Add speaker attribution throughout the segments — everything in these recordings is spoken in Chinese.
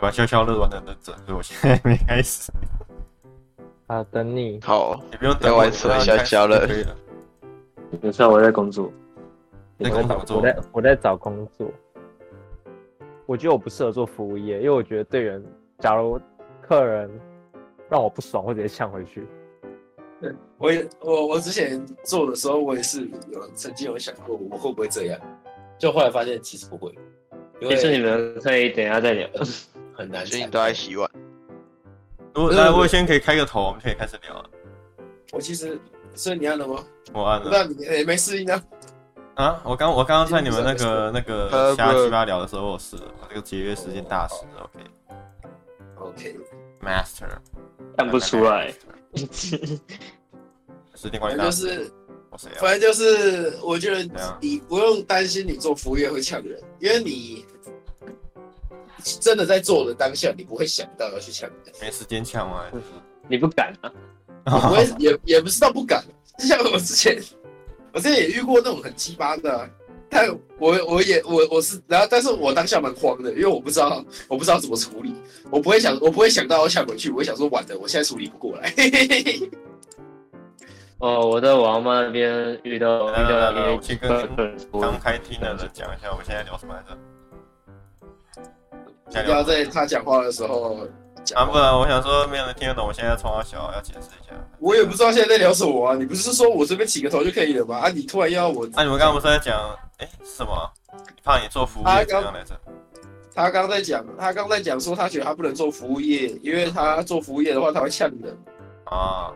Speaker 1: 玩消消乐玩的很认真，所以我现在没开始。
Speaker 2: 啊，等你。
Speaker 3: 好，
Speaker 1: 你不用等
Speaker 3: 要
Speaker 1: 我，
Speaker 3: 玩
Speaker 1: 你
Speaker 3: 什么
Speaker 1: 只要
Speaker 3: 消消
Speaker 1: 开始
Speaker 3: 乐
Speaker 1: 就可以了。
Speaker 2: 没事，我在工作。
Speaker 1: 在工作
Speaker 2: 我在我在找工作。我觉得我不适合做服务业，因为我觉得对人，假如客人让我不爽，会直接呛回去。
Speaker 4: 我也我我之前做的时候，我也是有曾经有想过我会不会这样，就后来发现其实不会，因
Speaker 5: 其实你
Speaker 4: 为
Speaker 5: 们可以等一下再聊。
Speaker 4: 很难
Speaker 3: 最
Speaker 4: 猜。
Speaker 3: 近都在洗碗，
Speaker 1: 如果
Speaker 4: 对
Speaker 1: 那
Speaker 4: 对
Speaker 1: 我先可以开个头，我们可以开始聊了。
Speaker 4: 我其实所以你按了吗？
Speaker 1: 我按了
Speaker 4: 那你诶、没事应该
Speaker 1: 啊！我刚我刚刚在你们那个那
Speaker 3: 呃
Speaker 1: 个
Speaker 3: 不
Speaker 1: 瞎鸡巴聊的时候，我试了，我这个节约时间大师，OK，Master。
Speaker 4: OK。
Speaker 5: 看不出来，
Speaker 1: 是另外
Speaker 4: 反
Speaker 1: 一
Speaker 4: 正
Speaker 1: 大
Speaker 4: 就
Speaker 1: 师，
Speaker 4: 是
Speaker 1: 我谁啊？
Speaker 4: 反正就是，我觉
Speaker 1: 怎样
Speaker 4: 得你不用担心你做服务业会呛人，因为你真的在做的当下，你不会想到要去呛人。
Speaker 1: 没时间抢完。
Speaker 5: 你不敢啊？
Speaker 4: 我不会，也也不是到不敢，就像我之前，我之前也遇过那种很鸡巴的啊，但我我也我我是，然后但是我当下蛮慌的，因为我不知道我不知道怎么处理，我不会想我不会想到要抢回去，我会想说完了，我现在处理不过来。
Speaker 5: 哦，我在我阿妈那边遇到
Speaker 1: 来
Speaker 5: 遇
Speaker 1: 来来
Speaker 5: 到
Speaker 1: 来
Speaker 5: 一
Speaker 1: 呃我先
Speaker 5: 个
Speaker 1: 跟
Speaker 5: 客 服，
Speaker 1: 刚开听的人讲一下，我们现在聊什么来着？
Speaker 4: 一定要在他讲话的时候
Speaker 1: 啊，
Speaker 4: 讲
Speaker 1: 不
Speaker 4: 话。
Speaker 1: 然我想说没有人听得懂，我现在冲到小，要解释一下。
Speaker 4: 我也不知道现在在聊什么啊！你不是说我这边起个头就可以了吗？啊，你突然要我，
Speaker 1: 啊，你们刚刚不是在讲，哎、是什么啊？你怕你做服务业怎样来着？
Speaker 4: 他刚在讲，他刚在讲说他觉得他不能做服务业，因为他做服务业的话他会呛人。
Speaker 1: 啊，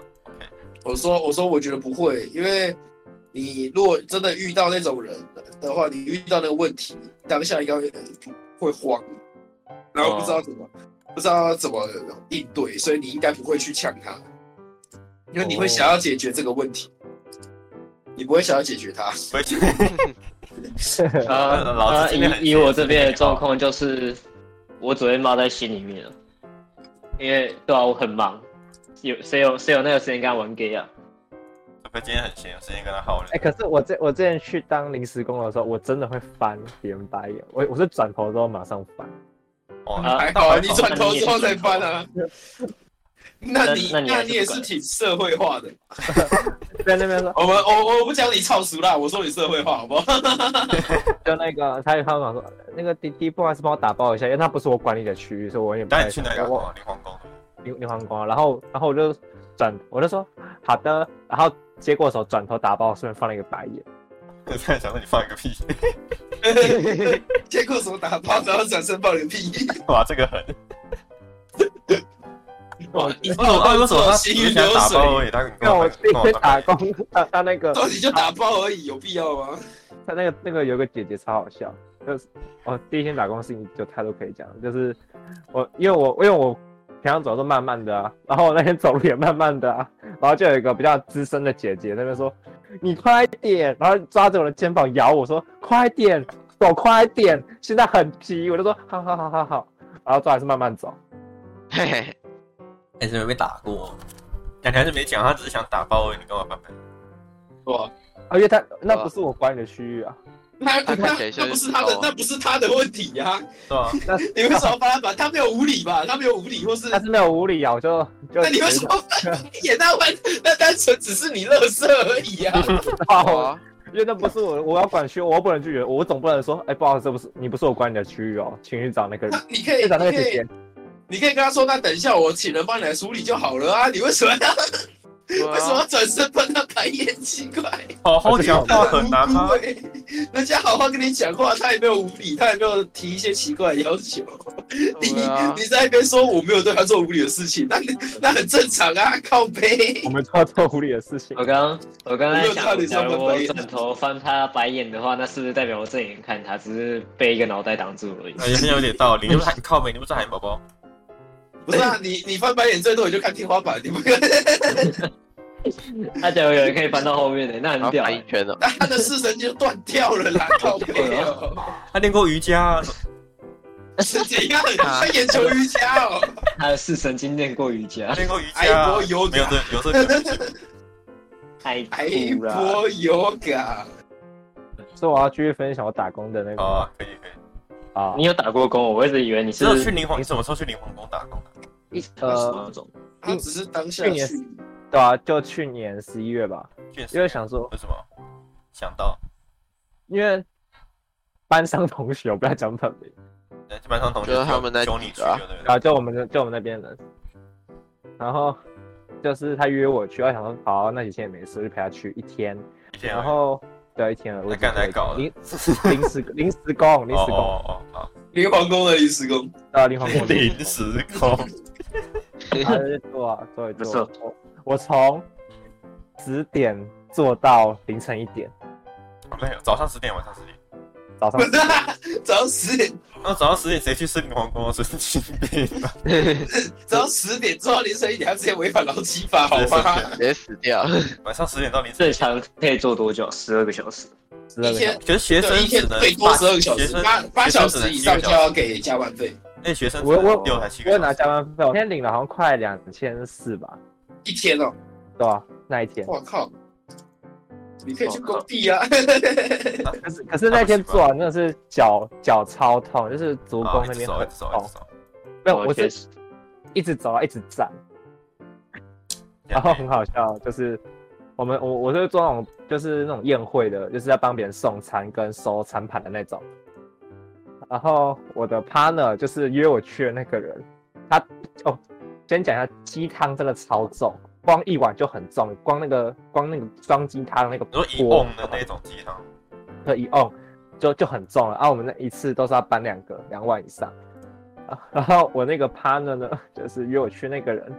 Speaker 4: 我说我说我觉得不会，因为你如果真的遇到那种人的话，你遇到那个问题，当下应该会会慌，然后不
Speaker 5: 哦
Speaker 4: 知道怎么、不知道怎么应对，所以你应该不会去呛他，因为你会想
Speaker 5: 哦
Speaker 4: 要解决这个问题，你不会想要解决他。
Speaker 1: 回去
Speaker 5: 啊
Speaker 1: 呃老子
Speaker 5: 啊！
Speaker 1: 今天很
Speaker 5: 以以我这边的状况，就是我只会骂在心里面了，因为对啊，我很忙，有谁有谁有那个时间跟他玩 gay 啊？
Speaker 1: 除非今天很闲，有时间跟他耗聊。
Speaker 2: 哎、可是我之我之前去当临时工的时候，我真的会翻别人白眼。我我是转头之后马上翻。
Speaker 1: 哦，
Speaker 5: 啊
Speaker 4: 还好啊，你转头之后才 翻啊。那你
Speaker 5: 那那你还是
Speaker 4: 你也是挺社会化的。
Speaker 2: 在那边说，
Speaker 4: 我们我我不讲你超俗啦，我说你社会化好不好？
Speaker 2: 就那个他他们说，那个滴滴不好意思帮我打包一下，因为他不是我管理的区域，所以我有点不
Speaker 1: 带
Speaker 2: 太
Speaker 1: 你去哪个
Speaker 2: 熟哎我
Speaker 1: 哦？灵皇宫。
Speaker 2: 牛牛黄瓜，然后然后我就转，我就说好的，然后接过手转头打包，顺便翻了一个白 眼。
Speaker 1: 我突然想到你放一个屁，
Speaker 4: 结果什么打炮，然后转身爆你个屁！
Speaker 1: 哇，这个狠！
Speaker 4: 哇，
Speaker 1: 为什
Speaker 2: 哎
Speaker 1: 么？啊为什么他只是想打包
Speaker 4: 哦
Speaker 1: 而已？他 跟
Speaker 2: 因为我
Speaker 1: 我
Speaker 2: 第一天
Speaker 1: 打
Speaker 2: 打工，他他那个
Speaker 4: 到底就打包而已，有必要吗？
Speaker 2: 他那个那个有一个姐姐超好笑，就是我第一天打工的事情就她都可以讲，就是我因为我因为我平常走都慢慢的啊，然后我那天走路也慢慢的啊，然后就有一个比较资深的姐姐在那边说你快点，然后抓着我的肩膀摇我说快点走快点，现在很急，我就说好好好好好，然后最后还是慢慢走。
Speaker 3: 嘿嘿，
Speaker 1: 还哎是没被打过？啊感觉还是没讲，他只是想打包而已。你干嘛翻白眼？
Speaker 4: 哇，
Speaker 2: 啊，因为他那
Speaker 3: 吧
Speaker 2: 不是我管理的区域啊，
Speaker 4: 那
Speaker 3: 他看起来
Speaker 4: 那
Speaker 3: 像
Speaker 4: 那不是他的
Speaker 3: 哦，
Speaker 4: 那不是他的问题呀、啊！
Speaker 1: 对 啊，
Speaker 4: 你为什么帮他把？他没有无理吧？他没有无理，或是
Speaker 2: 他是没有无理啊，我就就
Speaker 4: 那你为什么演那完？那单纯只是你乐色而已啊！
Speaker 5: 哦
Speaker 3: 好
Speaker 2: 到？
Speaker 3: 啊，
Speaker 2: 因为那不是我我要管区，我又不能拒绝，我总不能说，哎、不好意思，这不是你不是我管理的区域哦，请去找那个人
Speaker 4: 那，你可以，
Speaker 2: 去
Speaker 4: 你
Speaker 2: 找那
Speaker 4: 可
Speaker 2: 个姐
Speaker 4: 以
Speaker 2: 姐，。
Speaker 4: 你可以跟他说，那等一下我请人帮你来处理就好了啊！你为什么要
Speaker 3: 对
Speaker 4: 为什么
Speaker 3: 啊
Speaker 4: 要转身喷他白眼？奇怪，
Speaker 1: 好好讲话很难啊吗？
Speaker 4: 很无辜欸人家好好跟你讲话，他也没有无理，他也没有提一些奇怪的要求。你
Speaker 3: 对啊
Speaker 4: 你，在那边说我没有对他做无理的事情，那那很正常啊，靠背
Speaker 2: 我。们做做狐狸的事情
Speaker 5: 我，刚我刚才
Speaker 4: 我没有差
Speaker 5: 想，
Speaker 4: 点
Speaker 5: 假
Speaker 4: 想
Speaker 5: 如
Speaker 4: 翻白
Speaker 5: 我
Speaker 4: 眼
Speaker 5: 转头翻他白眼的话，那是不是代表我正眼看他，只是被一个脑袋挡住 而已？
Speaker 1: 哎，很有点道理。你不是喊靠北，你不是喊宝宝？
Speaker 4: 不是啊，你你翻白眼最多也就看天花板，你 不看
Speaker 5: 他假如有人可以翻到后面的，那
Speaker 3: 然后
Speaker 5: 很屌、
Speaker 3: 翻一
Speaker 5: 欸。
Speaker 3: 圈了，
Speaker 4: 他的视神就断掉 了啦，靠背哦，
Speaker 1: 他练过瑜伽啊，
Speaker 4: 是怎样？他研究瑜伽 哦，哎
Speaker 5: 他是神经练过瑜伽
Speaker 1: 他，练过瑜
Speaker 4: 埃
Speaker 1: 伽
Speaker 2: 哎
Speaker 1: 啊，
Speaker 4: 博有
Speaker 1: 没有
Speaker 4: 感，
Speaker 1: 这有这个。
Speaker 5: 太
Speaker 4: 埃
Speaker 5: 酷了！
Speaker 4: 博有感。
Speaker 2: 所以我要继续分享我打工的那个。
Speaker 1: 哦哦，可以可以。
Speaker 2: 啊
Speaker 5: 你，有打过工？我一直以为你
Speaker 1: 只
Speaker 5: 是
Speaker 1: 有去灵皇，你什么时候去灵皇宫打工？啊
Speaker 5: 一呃那种。
Speaker 4: 他只是当下
Speaker 2: 去
Speaker 4: 去
Speaker 2: 年，对啊，就去年十一月吧，
Speaker 1: 确实，
Speaker 2: 因为想说，
Speaker 1: 为什么想到
Speaker 2: 因为班上同学，我不要讲本 名，
Speaker 1: 呃班上同学
Speaker 3: 就是他们在
Speaker 1: 求你去，
Speaker 3: 啊
Speaker 1: 对不
Speaker 2: 然
Speaker 1: 对？
Speaker 2: 后就我们的就我们那边人，然后就是他约我去，我想说好，那几天也没事，我就陪他去一天，
Speaker 1: 一天而已
Speaker 2: 然后对一天而已，
Speaker 1: 那干才搞的
Speaker 2: 临临时临时 工啊临时工，
Speaker 1: 哦哦哦
Speaker 4: 临皇宫的临时工，
Speaker 2: 到临皇
Speaker 1: 哦，
Speaker 2: 宫
Speaker 1: 临时工，
Speaker 2: 然后就做啊做一
Speaker 5: 不
Speaker 2: 做
Speaker 5: 错，
Speaker 2: 我我从十点做到凌晨一点，
Speaker 1: 好累哦，早上十点，晚上十点。
Speaker 2: 早上
Speaker 4: 早上十点，
Speaker 1: 那早上十点谁去吃灵皇宫啊？神经病吧！
Speaker 4: 早上十点做到凌晨一点，他直接违反劳基法，好吗？
Speaker 3: 直接死掉。
Speaker 1: 晚上十点到凌晨
Speaker 5: 最。长可以做多久？十二个小时。
Speaker 2: 十二
Speaker 4: 一
Speaker 2: 个
Speaker 4: 天
Speaker 2: 小时
Speaker 1: 可是学生
Speaker 4: 对，一
Speaker 1: 只
Speaker 4: 天
Speaker 1: 能
Speaker 4: 最多
Speaker 1: 八
Speaker 4: 十二个小
Speaker 1: 学
Speaker 4: 时，
Speaker 1: 生
Speaker 4: 八八小
Speaker 1: 学生只
Speaker 4: 时
Speaker 1: 能
Speaker 4: 以
Speaker 1: 七个
Speaker 4: 上就要给加班费，
Speaker 1: 那学生只
Speaker 2: 我
Speaker 1: 能
Speaker 2: 我
Speaker 1: 六还七个
Speaker 2: 我有拿
Speaker 1: 小时
Speaker 2: 加班费，我那天领了好像快两千四吧，
Speaker 4: 一天哦，
Speaker 2: 对吧、那一天，
Speaker 4: 我靠！你可以去
Speaker 5: 我靠
Speaker 4: 工地啊，
Speaker 2: 可是可是那天做完真的是脚脚超痛，就是足
Speaker 1: 啊
Speaker 2: 弓
Speaker 1: 一
Speaker 2: 那
Speaker 1: 直
Speaker 2: 边
Speaker 1: 走，一
Speaker 2: 很
Speaker 1: 直走，一直，
Speaker 2: 痛
Speaker 1: 走。
Speaker 2: 没有，我
Speaker 5: 确
Speaker 2: 是
Speaker 5: 实
Speaker 2: 一直走啊，一直站，然后很好笑，就是我们我我是做那种就是那种宴会的，就是在帮别人送餐跟收餐盘的那种。然后我的 partner 就是约我去的那个人，他哦，先讲一下鸡汤真的超重，光一碗就很重，光那个光那个装鸡汤的那个
Speaker 1: 你说一
Speaker 2: 锅
Speaker 1: 瓮的那种鸡汤，
Speaker 2: 和一瓮哦就就很重了啊！我们那一次都是要搬两个，两万以上。啊然后我那个 partner 呢，就是约我去那个人，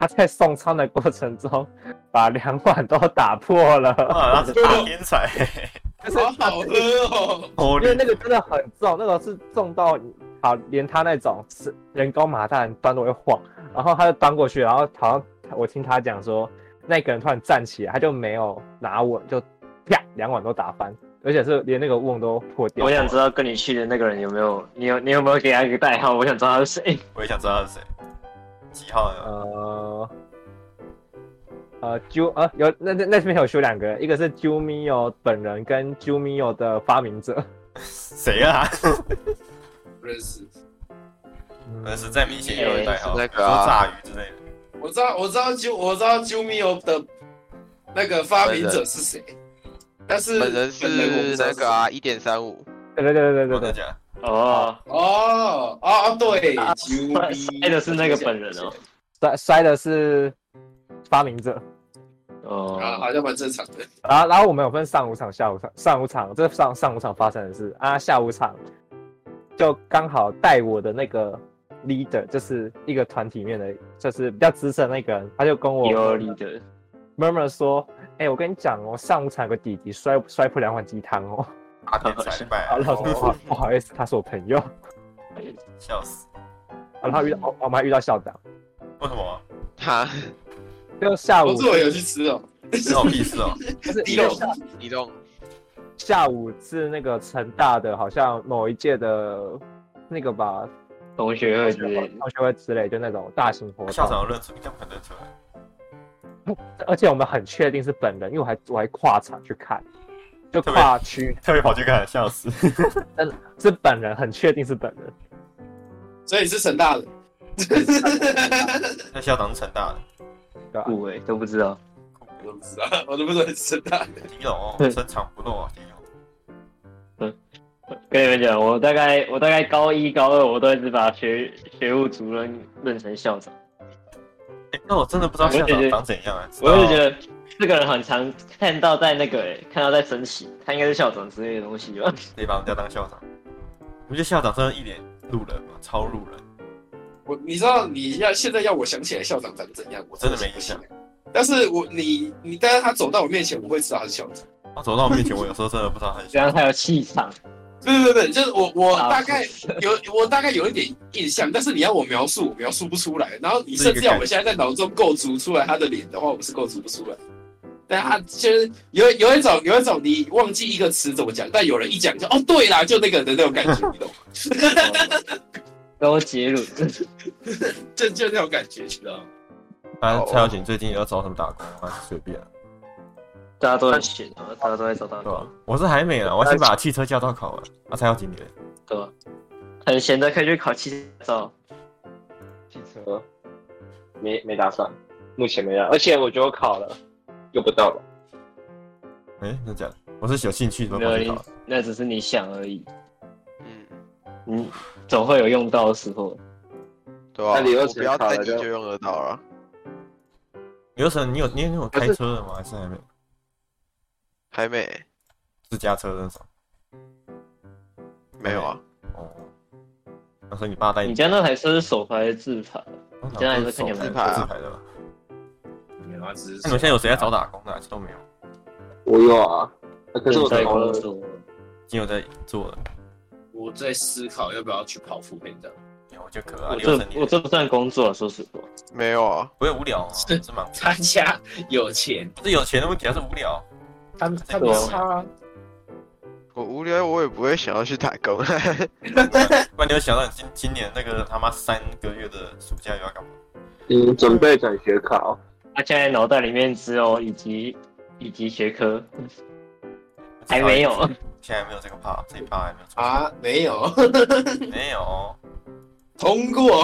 Speaker 2: 他在送餐的过程中把两碗都打破
Speaker 5: 啊
Speaker 2: 了，
Speaker 1: 啊哇，那是大天 才，
Speaker 2: 就是
Speaker 4: 好
Speaker 2: 他
Speaker 4: 好喝哦，
Speaker 1: 因
Speaker 2: 因为那个真的很重，那个是重到好连他那种是人高马大的人端都会晃，然后他就端过去，然后好像我听他讲说，那个人突然站起来，他就没有拿稳，就啪两碗都打翻，而且是连那个瓮都破掉。
Speaker 5: 我想知道跟你去的那个人有没有，你有你有没有给他一个代号？我想知道他是谁。
Speaker 1: 我也想知道他是谁，几号呢？
Speaker 2: 呃，呃，啾呃有那那那边有修两个人，一个是 Jumio 本人跟 Jumio 的发明者，
Speaker 1: 谁啊？
Speaker 4: 不认识。
Speaker 1: 那是在明显有人代号，
Speaker 3: 哎是那
Speaker 1: 说
Speaker 3: 个啊
Speaker 1: 炸鱼之类的。
Speaker 4: 我知道，我知道啾，我知道啾咪欧的那个发明者是谁，但是
Speaker 3: 本人是那个啊，一点三五，
Speaker 2: 对对对对对
Speaker 1: 我
Speaker 2: 对
Speaker 1: 在，讲，
Speaker 5: 哦，
Speaker 4: 我不知道是谁哦哦哦，对，啾咪
Speaker 5: 啊摔的是那个本人哦。
Speaker 2: 摔摔的是发明者，
Speaker 4: 啊，
Speaker 5: 哦，
Speaker 4: 好像蛮正常的。
Speaker 2: 然后然后我们有分上午场、下午场，上午场这上上午场发生的事啊，下午场就刚好带我的那个 leader，就是一个团体里面的，就是比较资深的那个人，他就跟我
Speaker 5: 有理的，
Speaker 2: murmur 说：“哎、我跟你讲哦，上午场有个弟弟摔摔破两碗鸡汤哦。
Speaker 1: 大天才拜
Speaker 2: 然后
Speaker 1: 啊，
Speaker 2: 老师说哦不好意思，他是我朋 友。
Speaker 1: 笑死！
Speaker 2: 然后他遇到哦我们还遇到校长，
Speaker 1: 为什么？
Speaker 3: 他
Speaker 2: 就下午
Speaker 4: 我这我有去吃哦，
Speaker 1: 这种屁事哦！
Speaker 2: 就是
Speaker 4: 地
Speaker 2: 就
Speaker 4: 肉
Speaker 2: 下
Speaker 3: 移动
Speaker 2: 下午是那个成大的，好像某一届的那个吧，
Speaker 5: 同学会之类的。
Speaker 2: 同学会之类，就那种大型活
Speaker 1: 校长
Speaker 2: 动。
Speaker 1: 有认出，你根本认出来。
Speaker 2: 而且我们很确定是本人，因为我还我还跨场去看，就
Speaker 1: 特别
Speaker 2: 跨区
Speaker 1: 特别跑去看，笑死！
Speaker 2: 是本人，很确定是本人。
Speaker 4: 所以是成大的。
Speaker 1: 那校长是成大的，
Speaker 6: 嗯
Speaker 5: 顾伟都不知道，
Speaker 4: 我都不知道， 我都不知道是成大的。
Speaker 1: 狄龙哦，深藏不露啊，狄龙。
Speaker 5: 跟你们讲，我大概我大概高一高二，我都一直把学学务主任认成校长。
Speaker 1: 哎，那我真的不知道校长长怎样啊！
Speaker 5: 我就觉得这个人很常看到在那个、欸、看到在升旗，他应该是校长之类的东西吧？
Speaker 1: 得把人家当校长。我觉得校长真的一脸路人嘛，超路人。
Speaker 4: 我你知道你要现在要我想起来校长长怎样，我想不起来。但是我你你，但是他走到我面前，我会知道他是校长。
Speaker 1: 他走到我面前，我有时候真的不知道他是
Speaker 5: 这
Speaker 1: 校
Speaker 5: 样
Speaker 1: 长。
Speaker 5: 才有气场。
Speaker 4: 对对对，就是我我
Speaker 5: 啊
Speaker 4: 大概有我大概有一点印象，但是你要我描述，我描述不出来。然后你
Speaker 1: 是一
Speaker 4: 甚
Speaker 1: 个
Speaker 4: 至要
Speaker 1: 感
Speaker 4: 我现在在脑中构筑出来他的脸的话，我是构筑不出来。但他啊就是有有一种有一种你忘记一个词怎么讲，但有人一讲就哦对啦，就那个的那种感觉，你懂吗？
Speaker 5: 周杰伦，
Speaker 4: 就就那种感觉，你知道吗？
Speaker 1: 反正蔡小锦最近要找什么打工，还是随便，
Speaker 5: 大家都很闲啊，大家都在找打
Speaker 1: 对吧
Speaker 5: 工，？
Speaker 1: 我是还没啊，我先把汽车驾照考完。啊，蔡小锦你嘞？
Speaker 5: 对吧？很闲的可以去考汽车照。
Speaker 6: 汽车没没打算，目前没打算，而且我觉得我考了用不到了。
Speaker 1: 哎、那这样我是有兴趣的
Speaker 5: 没有
Speaker 1: 话就
Speaker 5: 你
Speaker 1: 好了。，
Speaker 5: 那只是你想而已，
Speaker 3: 嗯，
Speaker 5: 你总会有用到的时候。
Speaker 3: 对吧、
Speaker 6: 那你又
Speaker 3: 我
Speaker 6: 只
Speaker 3: 不要
Speaker 6: 考
Speaker 3: 再
Speaker 6: 了
Speaker 3: 你
Speaker 6: 就
Speaker 3: 就用得到了。
Speaker 1: 有什么？你有你有你有
Speaker 6: 可
Speaker 1: 开
Speaker 6: 是
Speaker 1: 车的吗？还是还没有？
Speaker 3: 还没，
Speaker 1: 自家车的那种？
Speaker 3: 没有啊。
Speaker 1: 哦，那所以你爸带
Speaker 5: 你
Speaker 1: 你，
Speaker 5: 家那台车是手牌还是自牌？
Speaker 1: 哦
Speaker 5: 家里都看
Speaker 1: 手
Speaker 5: 见
Speaker 1: 自
Speaker 5: 自
Speaker 3: 拍啊
Speaker 1: 自拍的吧？
Speaker 4: 没有啊，只是
Speaker 1: 那你们现在有谁在找打工的、啊？其实都没有，
Speaker 6: 我有啊，啊可是我
Speaker 5: 在
Speaker 6: 考
Speaker 5: 工
Speaker 6: 了，
Speaker 5: 作，
Speaker 1: 已经有在做了。
Speaker 4: 我在思考要不要去跑副片 的，
Speaker 1: 我就可爱，
Speaker 5: 我
Speaker 1: 你
Speaker 5: 这
Speaker 1: 有整理
Speaker 5: 我这不算工作，说实话。
Speaker 3: 没有啊，
Speaker 1: 不会无聊吗？哦
Speaker 4: 是
Speaker 1: 是吗？
Speaker 4: 他家有 钱，
Speaker 1: 不是有钱的问题，还是无聊？哦
Speaker 4: 他他没
Speaker 5: 对啊
Speaker 4: 差啊，
Speaker 3: 我无聊，我也不会想要去打工。
Speaker 1: 不然你有想到你今今年那个他妈三个月的暑假又要干嘛？
Speaker 6: 嗯，准备转学考，
Speaker 5: 他啊现在脑袋里面只有以及以及学科，
Speaker 4: 嗯
Speaker 5: 还没有，
Speaker 1: 现在还没有这个 part，这一 part 还没有出现
Speaker 4: 啊，没有
Speaker 1: 没有。哦
Speaker 4: 通过，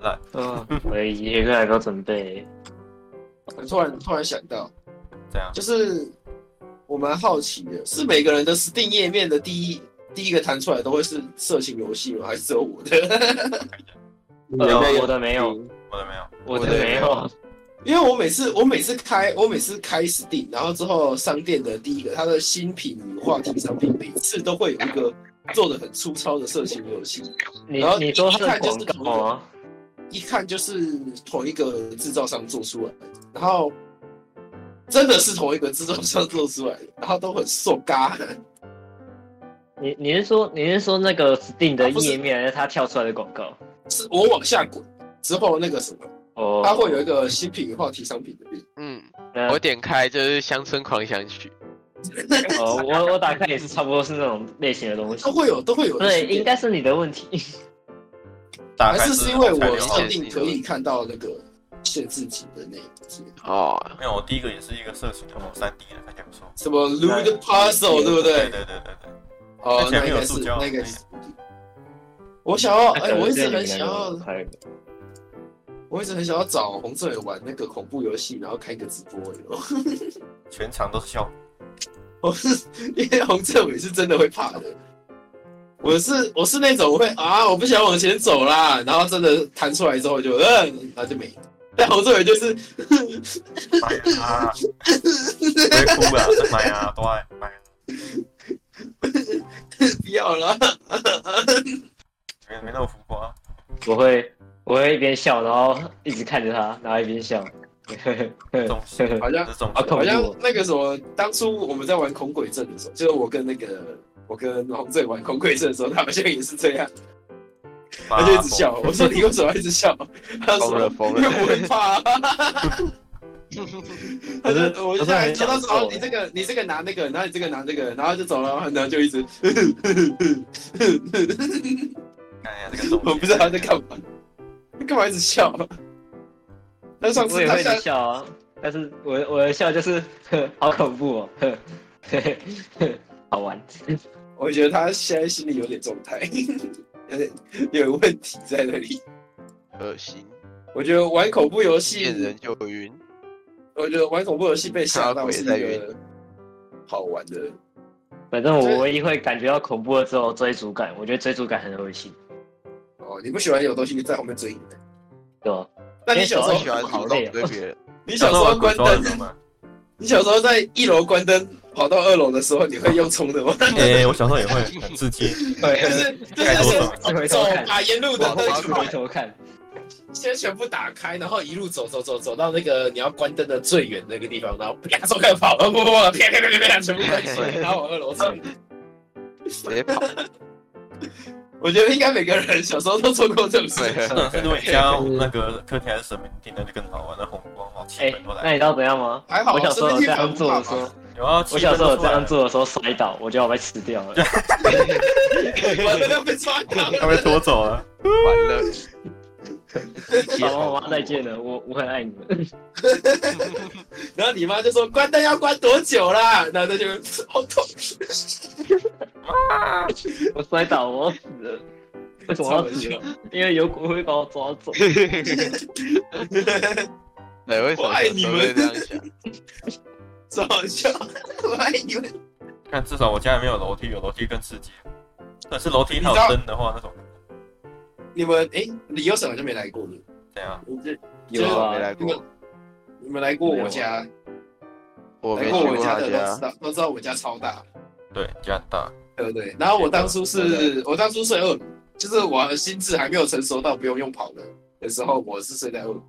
Speaker 4: 哦
Speaker 5: 嗯，我以及学科还没有准备。
Speaker 4: 我突然突然想到，
Speaker 1: 这样
Speaker 4: 就是我蛮好奇的，是每个人的 Steam 页面的第一第一个弹出来都会是色情游戏吗？还是只有 我的？嗯呃
Speaker 6: 人家
Speaker 5: 我的没有，
Speaker 1: 我的没有，
Speaker 5: 呃我的
Speaker 3: 我的
Speaker 5: 没
Speaker 3: 没
Speaker 5: 有
Speaker 3: 有，
Speaker 4: 因为我每次我每次开我每次开 Steam，然后之后商店的第一个它的新品话题商品，每次都会有一个做的很粗糙的色情游戏，
Speaker 5: 你
Speaker 4: 然后
Speaker 5: 你说他
Speaker 4: 一
Speaker 5: 的
Speaker 4: 看就是
Speaker 5: 广告吗？
Speaker 4: 一看就是同一个制造商做出来的，然后真的是同一个制造商做出来的，然后都很瘦嘎。
Speaker 5: 你你是说你是说那个 Steam 的
Speaker 4: 啊不是
Speaker 5: 页面，还是他跳出来的广告？
Speaker 4: 是我往下滚之后那个什么，
Speaker 5: 哦，
Speaker 4: 它会有一个新品话题商品的面，
Speaker 3: 嗯，
Speaker 5: 那
Speaker 3: 我点开就是《乡村狂想曲
Speaker 5: 哦，我我打开也是差不多是那种类型的东西
Speaker 4: 都。会有都会有。
Speaker 5: 对，应该是你的问题。
Speaker 1: 打
Speaker 4: 还
Speaker 1: 开
Speaker 4: 是是因为
Speaker 1: 才
Speaker 4: 我
Speaker 1: 聊
Speaker 4: 设定可以看到那个限制级的那一些》
Speaker 3: 哦，
Speaker 1: 没有，我第一个也是一个色情的，我三 D 的，看起来不错。
Speaker 4: 什么 Lude Puzzle，对
Speaker 1: 对
Speaker 4: 不对？
Speaker 1: 对对对对，
Speaker 4: 哦
Speaker 1: 那，前
Speaker 4: 那
Speaker 1: 面
Speaker 4: 应
Speaker 1: 有
Speaker 4: 该
Speaker 1: 塑
Speaker 4: 是
Speaker 1: 胶
Speaker 4: 那个是。我想要，哎，我一直很想 要，
Speaker 5: 开的
Speaker 4: 我一直很想要找洪志伟玩那个恐怖游戏，然后开个直播。有没有
Speaker 1: 全场都是笑。
Speaker 4: 我是因为洪志伟是真的会怕的，我是我是那种会啊，我不想往前走啦，然后真的弹出来之后就嗯，然后就没。但洪志伟就是
Speaker 1: 妈 呀！别哭了，这妈呀，多爱妈呀！
Speaker 4: 不要了，
Speaker 1: 没没那么浮夸。
Speaker 5: 我会我会一边笑，然后一直看着他，然后一边 笑。
Speaker 1: 重视
Speaker 4: 好像
Speaker 1: 这种
Speaker 5: 啊恐
Speaker 4: 好
Speaker 5: 怖
Speaker 4: 像那个什么，当初我们在玩恐鬼阵的时候，就是我跟那个我跟洪志伟玩恐鬼阵的时候，他好像也是这样，他就一直笑。我说你为什么要一直笑？他
Speaker 3: 疯了
Speaker 4: 说
Speaker 3: 疯
Speaker 4: 因为
Speaker 3: 了，
Speaker 4: 不会怕、啊。他
Speaker 5: 可是
Speaker 4: 就我
Speaker 5: 可
Speaker 4: 就
Speaker 5: 是
Speaker 4: 在
Speaker 5: 很
Speaker 4: 说，他
Speaker 5: 享
Speaker 4: 说哦
Speaker 5: 受
Speaker 4: 你这个你这个拿那个，然后你这个拿这个，然后就走了，然后就一直，
Speaker 1: 哎呀，这个重
Speaker 4: 我不知道他在干嘛，他干嘛一直笑？啊他上
Speaker 5: 我
Speaker 4: 次
Speaker 5: 也
Speaker 4: 他
Speaker 5: 会一
Speaker 4: 下
Speaker 5: 直笑啊，但是我我的笑就是 呵好恐怖哦， 呵呵呵好玩。
Speaker 4: 我觉得他现在心里有点状态， 有点有点问题在那里。
Speaker 3: 恶心，
Speaker 4: 我觉得玩恐怖游戏，
Speaker 3: 见人就晕。
Speaker 4: 我觉得玩恐怖游戏被吓到是一
Speaker 3: 看到鬼在
Speaker 4: 个好玩的。
Speaker 5: 反正我唯一会感觉到恐怖的只有追逐感，我觉得追逐感很恶心，
Speaker 4: 哦，你不喜欢有东西在后面追你？
Speaker 5: 对吧？
Speaker 4: 那你小时
Speaker 3: 我
Speaker 5: 我
Speaker 3: 喜欢
Speaker 4: 候，
Speaker 3: 主动对别人，
Speaker 4: 你小时候关灯，
Speaker 1: 吗？
Speaker 4: 你小时候在一楼关灯跑到二楼的时候，你会用冲的吗？
Speaker 1: 哎，我小时候也会很刺激，
Speaker 4: 就是就
Speaker 1: 太
Speaker 4: 是
Speaker 1: 多
Speaker 4: 先
Speaker 1: 了
Speaker 5: 一回
Speaker 4: 走
Speaker 5: 头看，
Speaker 4: 把沿路的
Speaker 5: 往
Speaker 4: 灯
Speaker 5: 后
Speaker 4: 全
Speaker 5: 回
Speaker 4: 部
Speaker 5: 头看，
Speaker 4: 先全部打开，然后一路走走走走到那个你要关灯的最远那个地方，然后啪走开跑，不不不，啪啪啪啪啪全部关起来，然后往二楼走。
Speaker 3: 谁跑？
Speaker 4: 我觉得应该每个人小时候都做过这种事。
Speaker 1: 这种 是如果你家那个客厅还是什么厅，那就更好玩，那红光好气
Speaker 5: 哎
Speaker 1: 氛都，
Speaker 5: 那
Speaker 1: 来。
Speaker 5: 你知道怎样吗？
Speaker 4: 还好
Speaker 5: 我小时候有这样做的时
Speaker 4: 身体
Speaker 5: 候，
Speaker 1: 有啊，
Speaker 5: 我小时候有这样做的时候摔倒，我觉得我被吃掉 了。
Speaker 4: 我真的被抓到了。
Speaker 1: 他被拖走了。
Speaker 3: 完了，
Speaker 5: 爸爸妈妈再见 了，我我很爱你们。
Speaker 4: 然后你妈就说关灯要关多久啦？然后他就 好痛，
Speaker 5: 我摔倒，我要死 了。为什么我要死了？因为有鬼会把我抓 走。
Speaker 3: 对，哎为什么
Speaker 4: 我爱你们
Speaker 3: 小时候会这样想？
Speaker 4: 超好笑。我爱你们，
Speaker 1: 看，至少我家里没有楼梯，有楼梯更刺激。但是楼梯还
Speaker 4: 你知道
Speaker 1: 有灯的话，那种
Speaker 4: 你们哎，你有什么就没来过了？
Speaker 1: 怎样？
Speaker 4: 我这
Speaker 5: 有啊
Speaker 3: 没来
Speaker 4: 你们
Speaker 3: 过，
Speaker 4: 你们来过我家，
Speaker 3: 我
Speaker 4: 来
Speaker 3: 没
Speaker 4: 过
Speaker 3: 去
Speaker 4: 我
Speaker 3: 过
Speaker 4: 家
Speaker 3: 他
Speaker 4: 的都知
Speaker 3: 家。
Speaker 4: 道，都知道我家超大。
Speaker 1: 对，家很大。
Speaker 4: 对不对？然后我当初是，我当初睡二楼，就是我的心智还没有成熟到不用用跑的的时候，我是睡在二楼。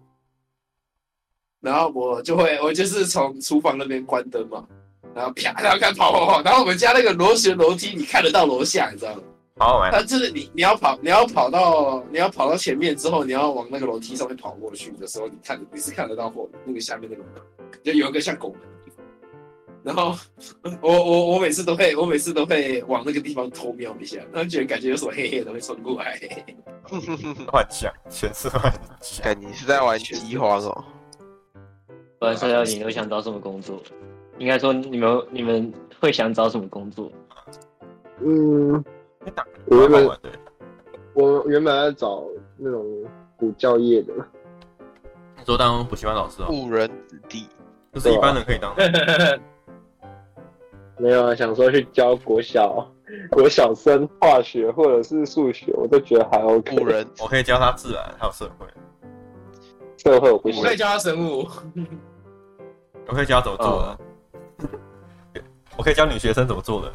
Speaker 4: 然后我就会，我就是从厨房那边关灯嘛，然后啪，然后看跑跑跑，然后我们家那个螺旋楼梯，你看得到楼下，你知道吗？
Speaker 1: 好好玩。
Speaker 4: 它就是你你要跑，你要跑到你要跑到前面之后，你要往那个楼梯上面跑过去的时候，你看你是看得到后那个下面那个门，就有一个像拱门的地方。然后我我我每次都会我每次都会往那个地方偷瞄一下，然后觉得感觉有什么黑黑的会冲过 来。
Speaker 1: 幻想，全是幻想。
Speaker 3: 哎看你是在玩饥荒 哦，
Speaker 5: 不然说到你都想找什么工作？应该说你们你们会想找什么工作？
Speaker 6: 嗯，我
Speaker 1: 蛮
Speaker 6: 原
Speaker 1: 好
Speaker 6: 本
Speaker 1: 玩的。
Speaker 6: 我原本要找那种补教业的，
Speaker 1: 你说当补习班老师啊，
Speaker 3: 误人子弟。
Speaker 1: 这是一般人可以当的。
Speaker 4: 啊
Speaker 6: 没有啊，想说去教国小国小生化学或者是数学，我都觉得还 OK。
Speaker 3: 误人子
Speaker 1: 我可以教他自然，还有社会。
Speaker 6: 社会我不
Speaker 4: 我
Speaker 6: 行
Speaker 4: 可，以教他生物，
Speaker 1: 我可以教他怎么做 人。我可以教女学生怎么做人。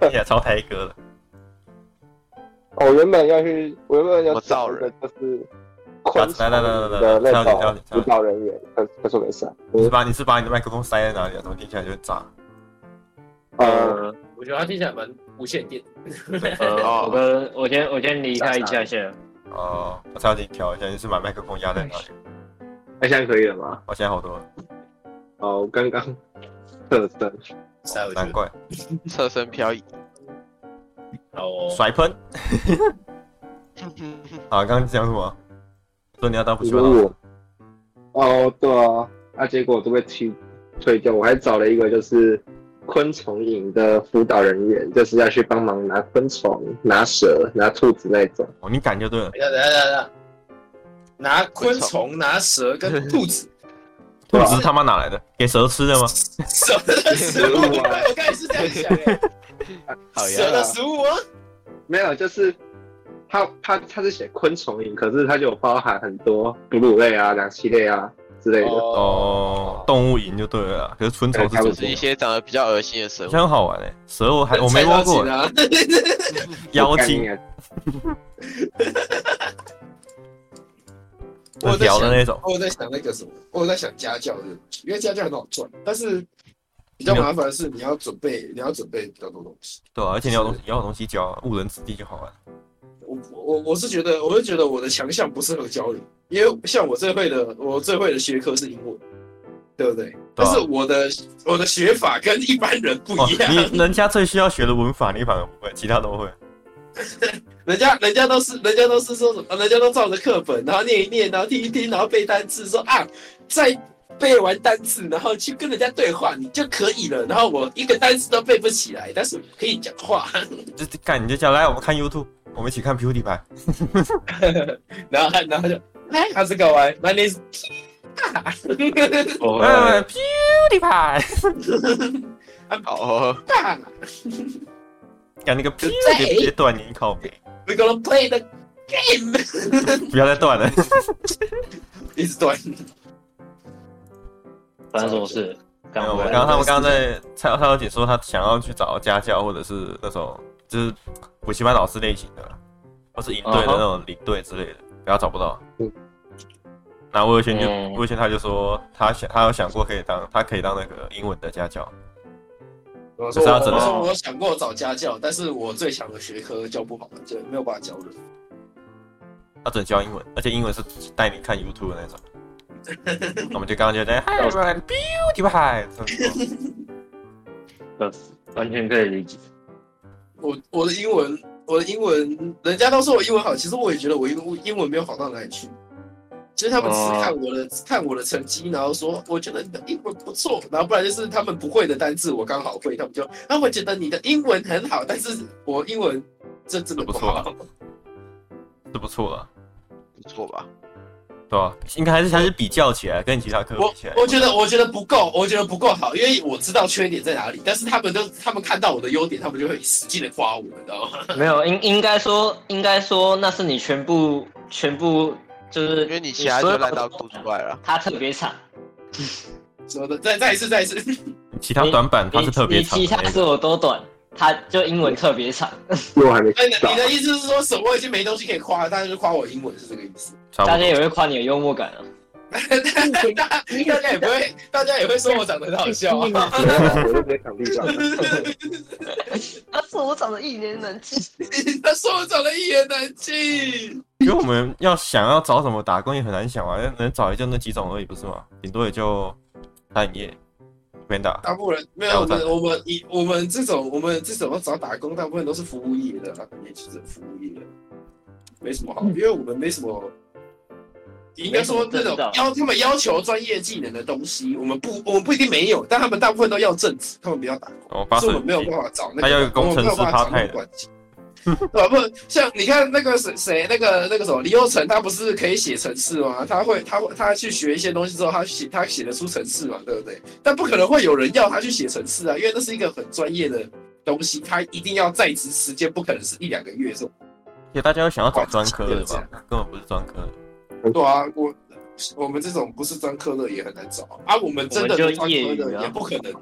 Speaker 1: 听起来超台哥的。
Speaker 6: 哦我原本要去，我原本要
Speaker 3: 我造
Speaker 6: 找一个
Speaker 3: 人
Speaker 6: 就是昆虫
Speaker 1: 来来来来
Speaker 6: 的
Speaker 1: 来
Speaker 6: 那
Speaker 1: 跳你跳你
Speaker 6: 种
Speaker 1: 跳
Speaker 6: 辅
Speaker 1: 你
Speaker 6: 导人员，可可是我没事啊，
Speaker 1: 你是
Speaker 6: 嗯
Speaker 1: 把你是把你的麦克风塞在哪里啊？怎么听起来就很炸？
Speaker 6: 呃，
Speaker 4: 我觉得他听起来蛮无线电。
Speaker 5: 呃，我
Speaker 3: 哦
Speaker 5: 跟我先我先离开一下先。
Speaker 1: 哦，我差点调一下，你是把麦克风压在哪里？
Speaker 6: 那现在可以了吗？
Speaker 1: 我现在好多了，
Speaker 6: 哦，我刚刚 特征，
Speaker 4: 塞回
Speaker 1: 难
Speaker 4: 去，
Speaker 1: 怪
Speaker 3: 侧身漂 移。
Speaker 4: 好哦。
Speaker 1: 甩喷。啊，刚刚讲什么？说你要当补
Speaker 6: 你
Speaker 1: 习班
Speaker 6: 说
Speaker 1: 老师，
Speaker 6: 我？哦，对啊，啊，结果我都被踢推掉，我还找了一个就是昆虫营的辅导人员，就是要去帮忙拿昆虫、拿蛇、拿兔子那种。
Speaker 1: 哦，你敢就对了。
Speaker 4: 等一下等一下等一下，拿昆虫、拿蛇跟兔 子，
Speaker 1: 兔子他妈哪来的？给蛇吃的吗？
Speaker 4: 蛇的食物，啊对我刚才是这样想的。
Speaker 3: 好
Speaker 4: 蛇
Speaker 3: 呀，
Speaker 4: 的食物啊，
Speaker 6: 没有，就是它它它是写昆虫营，可是它就有包含很多哺乳类啊、两栖类啊之类的。
Speaker 4: 哦
Speaker 1: 哦，动物营就对了啦。可是昆虫是
Speaker 6: 对差不多
Speaker 1: 主
Speaker 3: 是一
Speaker 1: 角，
Speaker 3: 些长得比较恶心的
Speaker 1: 好
Speaker 3: 生物。
Speaker 1: 像很好玩哎。蛇我还我没摸过
Speaker 4: 菜
Speaker 1: 欸，
Speaker 4: 刀
Speaker 1: 妖
Speaker 6: 概
Speaker 1: 精
Speaker 6: 念啊
Speaker 4: 我
Speaker 1: 很
Speaker 4: 在
Speaker 1: 屌的
Speaker 4: 想
Speaker 1: 那种。
Speaker 4: 我有在想那个什么，我有在想家教的，因为家教很好赚，但是比较麻烦的是你要准备，你要准备比较多东西。
Speaker 1: 对啊，而且你要有东西，你要有东西教啊，误人子弟就好玩。
Speaker 4: 我我我是觉得，我是觉得我的强项不适合教你，因为像我最会的，我最会的学科是英文，对不对？
Speaker 1: 啊
Speaker 4: 但是我的我的学法跟一般人不
Speaker 1: 哦
Speaker 4: 一样，，
Speaker 1: 你人家最需要学的文法，你反而不会，其他都会。
Speaker 4: 人家人家都是人家都是说什么，人家都照着课本，然后念一念，然后听一听，然后背单词，说啊，再背完单词，然后去跟人家对话，你就可以了。然后我一个单词都背不起来，但是可以讲话。
Speaker 1: 就就干你就讲来，我们看 YouTube，我们一起看 p u t i 牌。
Speaker 4: 然后他然后就哎，他是搞完，那你是
Speaker 5: 我
Speaker 1: 嗯 p u t i 牌，
Speaker 3: 好哦，
Speaker 4: 啊
Speaker 1: 干那个 p u
Speaker 4: 在
Speaker 1: t i 别断你一口，
Speaker 4: ，We're gonna play the game，
Speaker 1: 不要再断了。
Speaker 4: 一直断。
Speaker 5: 发生什么事？
Speaker 1: 没
Speaker 5: 刚
Speaker 1: 有，我
Speaker 5: 回
Speaker 1: 刚
Speaker 5: 来
Speaker 1: 刚他们刚刚在蔡蔡小姐说她想要去找家教或者是那种就是补习班老师类型的啦，或是营
Speaker 5: 嗯
Speaker 1: 队的那种领队之类的，不要找不到
Speaker 6: 嗯。
Speaker 1: 然后魏轩就
Speaker 5: 嗯
Speaker 1: 魏轩他就说他想他有想过可以当他可以当那个英文的家教，
Speaker 4: 我
Speaker 1: 是要怎么
Speaker 4: 我说我想过找家教，但是我最强的学科教不好，就没有办法教人。
Speaker 1: 他只能教英文，而且英文是带你看 YouTube 的那 种。我们就刚刚就在 Hi everyone, beauty pie，
Speaker 5: 完全可以理解。
Speaker 4: 我我的英文，我我的英文，人家都说我英文好，其实我也觉得我英文英文没有好到哪里去。其实他们只是
Speaker 3: 哦
Speaker 4: 看我的、看我的成绩，然后说我觉得你的英文不错，然后不然就是他们不会的单字我刚好会，他们就他们觉得你的英文很好，但是我英文这真的
Speaker 1: 不错
Speaker 4: 好
Speaker 1: 了。，是不错了，
Speaker 3: 不错吧？
Speaker 1: 对吧、应该还是还是比较起来，跟其他科
Speaker 4: 我
Speaker 1: 比起来，
Speaker 4: 我觉得我觉得不够，我觉得不够好，因为我知道缺点在哪里，但是他们都他们看到我的优点，他们就会使劲的夸我，你知道吗？
Speaker 5: 没有，应应该说，应该说，那是你全部全部就是，
Speaker 3: 因为你其他
Speaker 5: 所
Speaker 3: 就
Speaker 5: 有
Speaker 3: 烂到哭出来了。
Speaker 5: 他特别惨，
Speaker 4: 说的再再一次再一次，
Speaker 1: 其他短板它是特别
Speaker 5: 你
Speaker 1: 长
Speaker 5: 其
Speaker 1: 的
Speaker 5: 他
Speaker 1: 那
Speaker 5: 所
Speaker 1: 个，
Speaker 5: 有都短，他就英文特别惨，
Speaker 6: 因为 我还没
Speaker 4: 那你
Speaker 6: 到
Speaker 4: 你。的意思是说什么已经没东西可以夸，大家就夸我英文是这个意思？
Speaker 1: 差不
Speaker 5: 大家也
Speaker 1: 多。
Speaker 5: 会夸你有幽默感啊。
Speaker 4: 大大家也不会，大家也会说我长得很好笑、啊。
Speaker 6: 我就直接躺地 上了。
Speaker 5: 他说我长得一言难尽，
Speaker 4: 他说我长得一言难尽，
Speaker 1: 因为我们要想要找什么打工也很难想啊，能找也就那几种而已，不是吗？顶多也就餐饮业、边打，
Speaker 4: 大部分人没
Speaker 1: 哎
Speaker 4: 有
Speaker 1: 我
Speaker 4: 我
Speaker 1: 赞
Speaker 4: 们，我们以我们这种我们这种要找打工，大部分都是服务业的，也就是服务业的，没什么好，因为我们没什么。应该说那种要他们要求专业技能的东西，我们不我们不一定没有，但他们大部分都要正职，他们不要打工。
Speaker 1: 我发
Speaker 4: 是我
Speaker 1: 水
Speaker 4: 们没有办法找那个，
Speaker 1: 他要有工程师
Speaker 4: 我们没有办法找那
Speaker 1: 他派
Speaker 4: 个
Speaker 1: 的
Speaker 4: 管 家。对吧？不像你看那个谁谁那个那个什么李佑成，他不是可以写程式吗？他会他会他去学一些东西之后，他写他写得出程式嘛，对不对？但不可能会有人要他去写程式啊，因为那是一个很专业的东西，他一定要在职时间，不可能是一两个月这种。
Speaker 1: 而且大家又想要找专科的
Speaker 4: 这
Speaker 1: 吧
Speaker 4: 样，
Speaker 1: 根本不是专科的。
Speaker 4: 对啊，我我们这种不是专科的也很难找啊，我们真的
Speaker 5: 我
Speaker 4: 不
Speaker 5: 们
Speaker 4: 专
Speaker 5: 就业余啊
Speaker 4: 科的也不可能。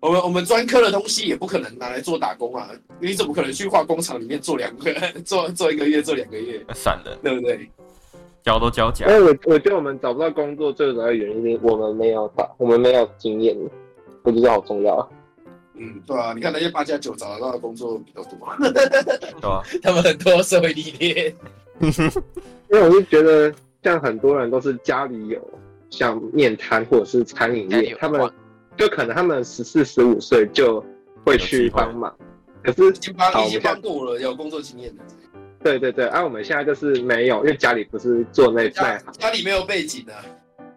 Speaker 4: 我们我们专科的东西也不可能拿来做打工啊，你怎么可能去化工厂里面做两个做做一个月做两个月，
Speaker 1: 散人，
Speaker 4: 对不对？
Speaker 1: 教都教假
Speaker 6: 哎，，我我觉得我们找不到工作最主要的原因是我们没有打，我们没有经验，我觉得好重要啊。
Speaker 4: 嗯，对啊，你看那些八加九找得到的工作比较多，
Speaker 1: 对吧、
Speaker 4: 他们很多社会历练。
Speaker 6: 因为我是觉得，像很多人都是家里有像面摊或者是餐饮
Speaker 3: 家里
Speaker 6: 业
Speaker 3: 有，
Speaker 6: 他们就可能他们十四十五岁就会
Speaker 1: 有机
Speaker 6: 去
Speaker 1: 会
Speaker 6: 帮忙，可是
Speaker 4: 已经帮
Speaker 6: 好
Speaker 4: 已经
Speaker 6: 我们
Speaker 4: 帮过了，有工作经验的，
Speaker 6: 对对对，啊，我们现在就是没有，因为家里不是做那那
Speaker 4: 家家里没有背景的、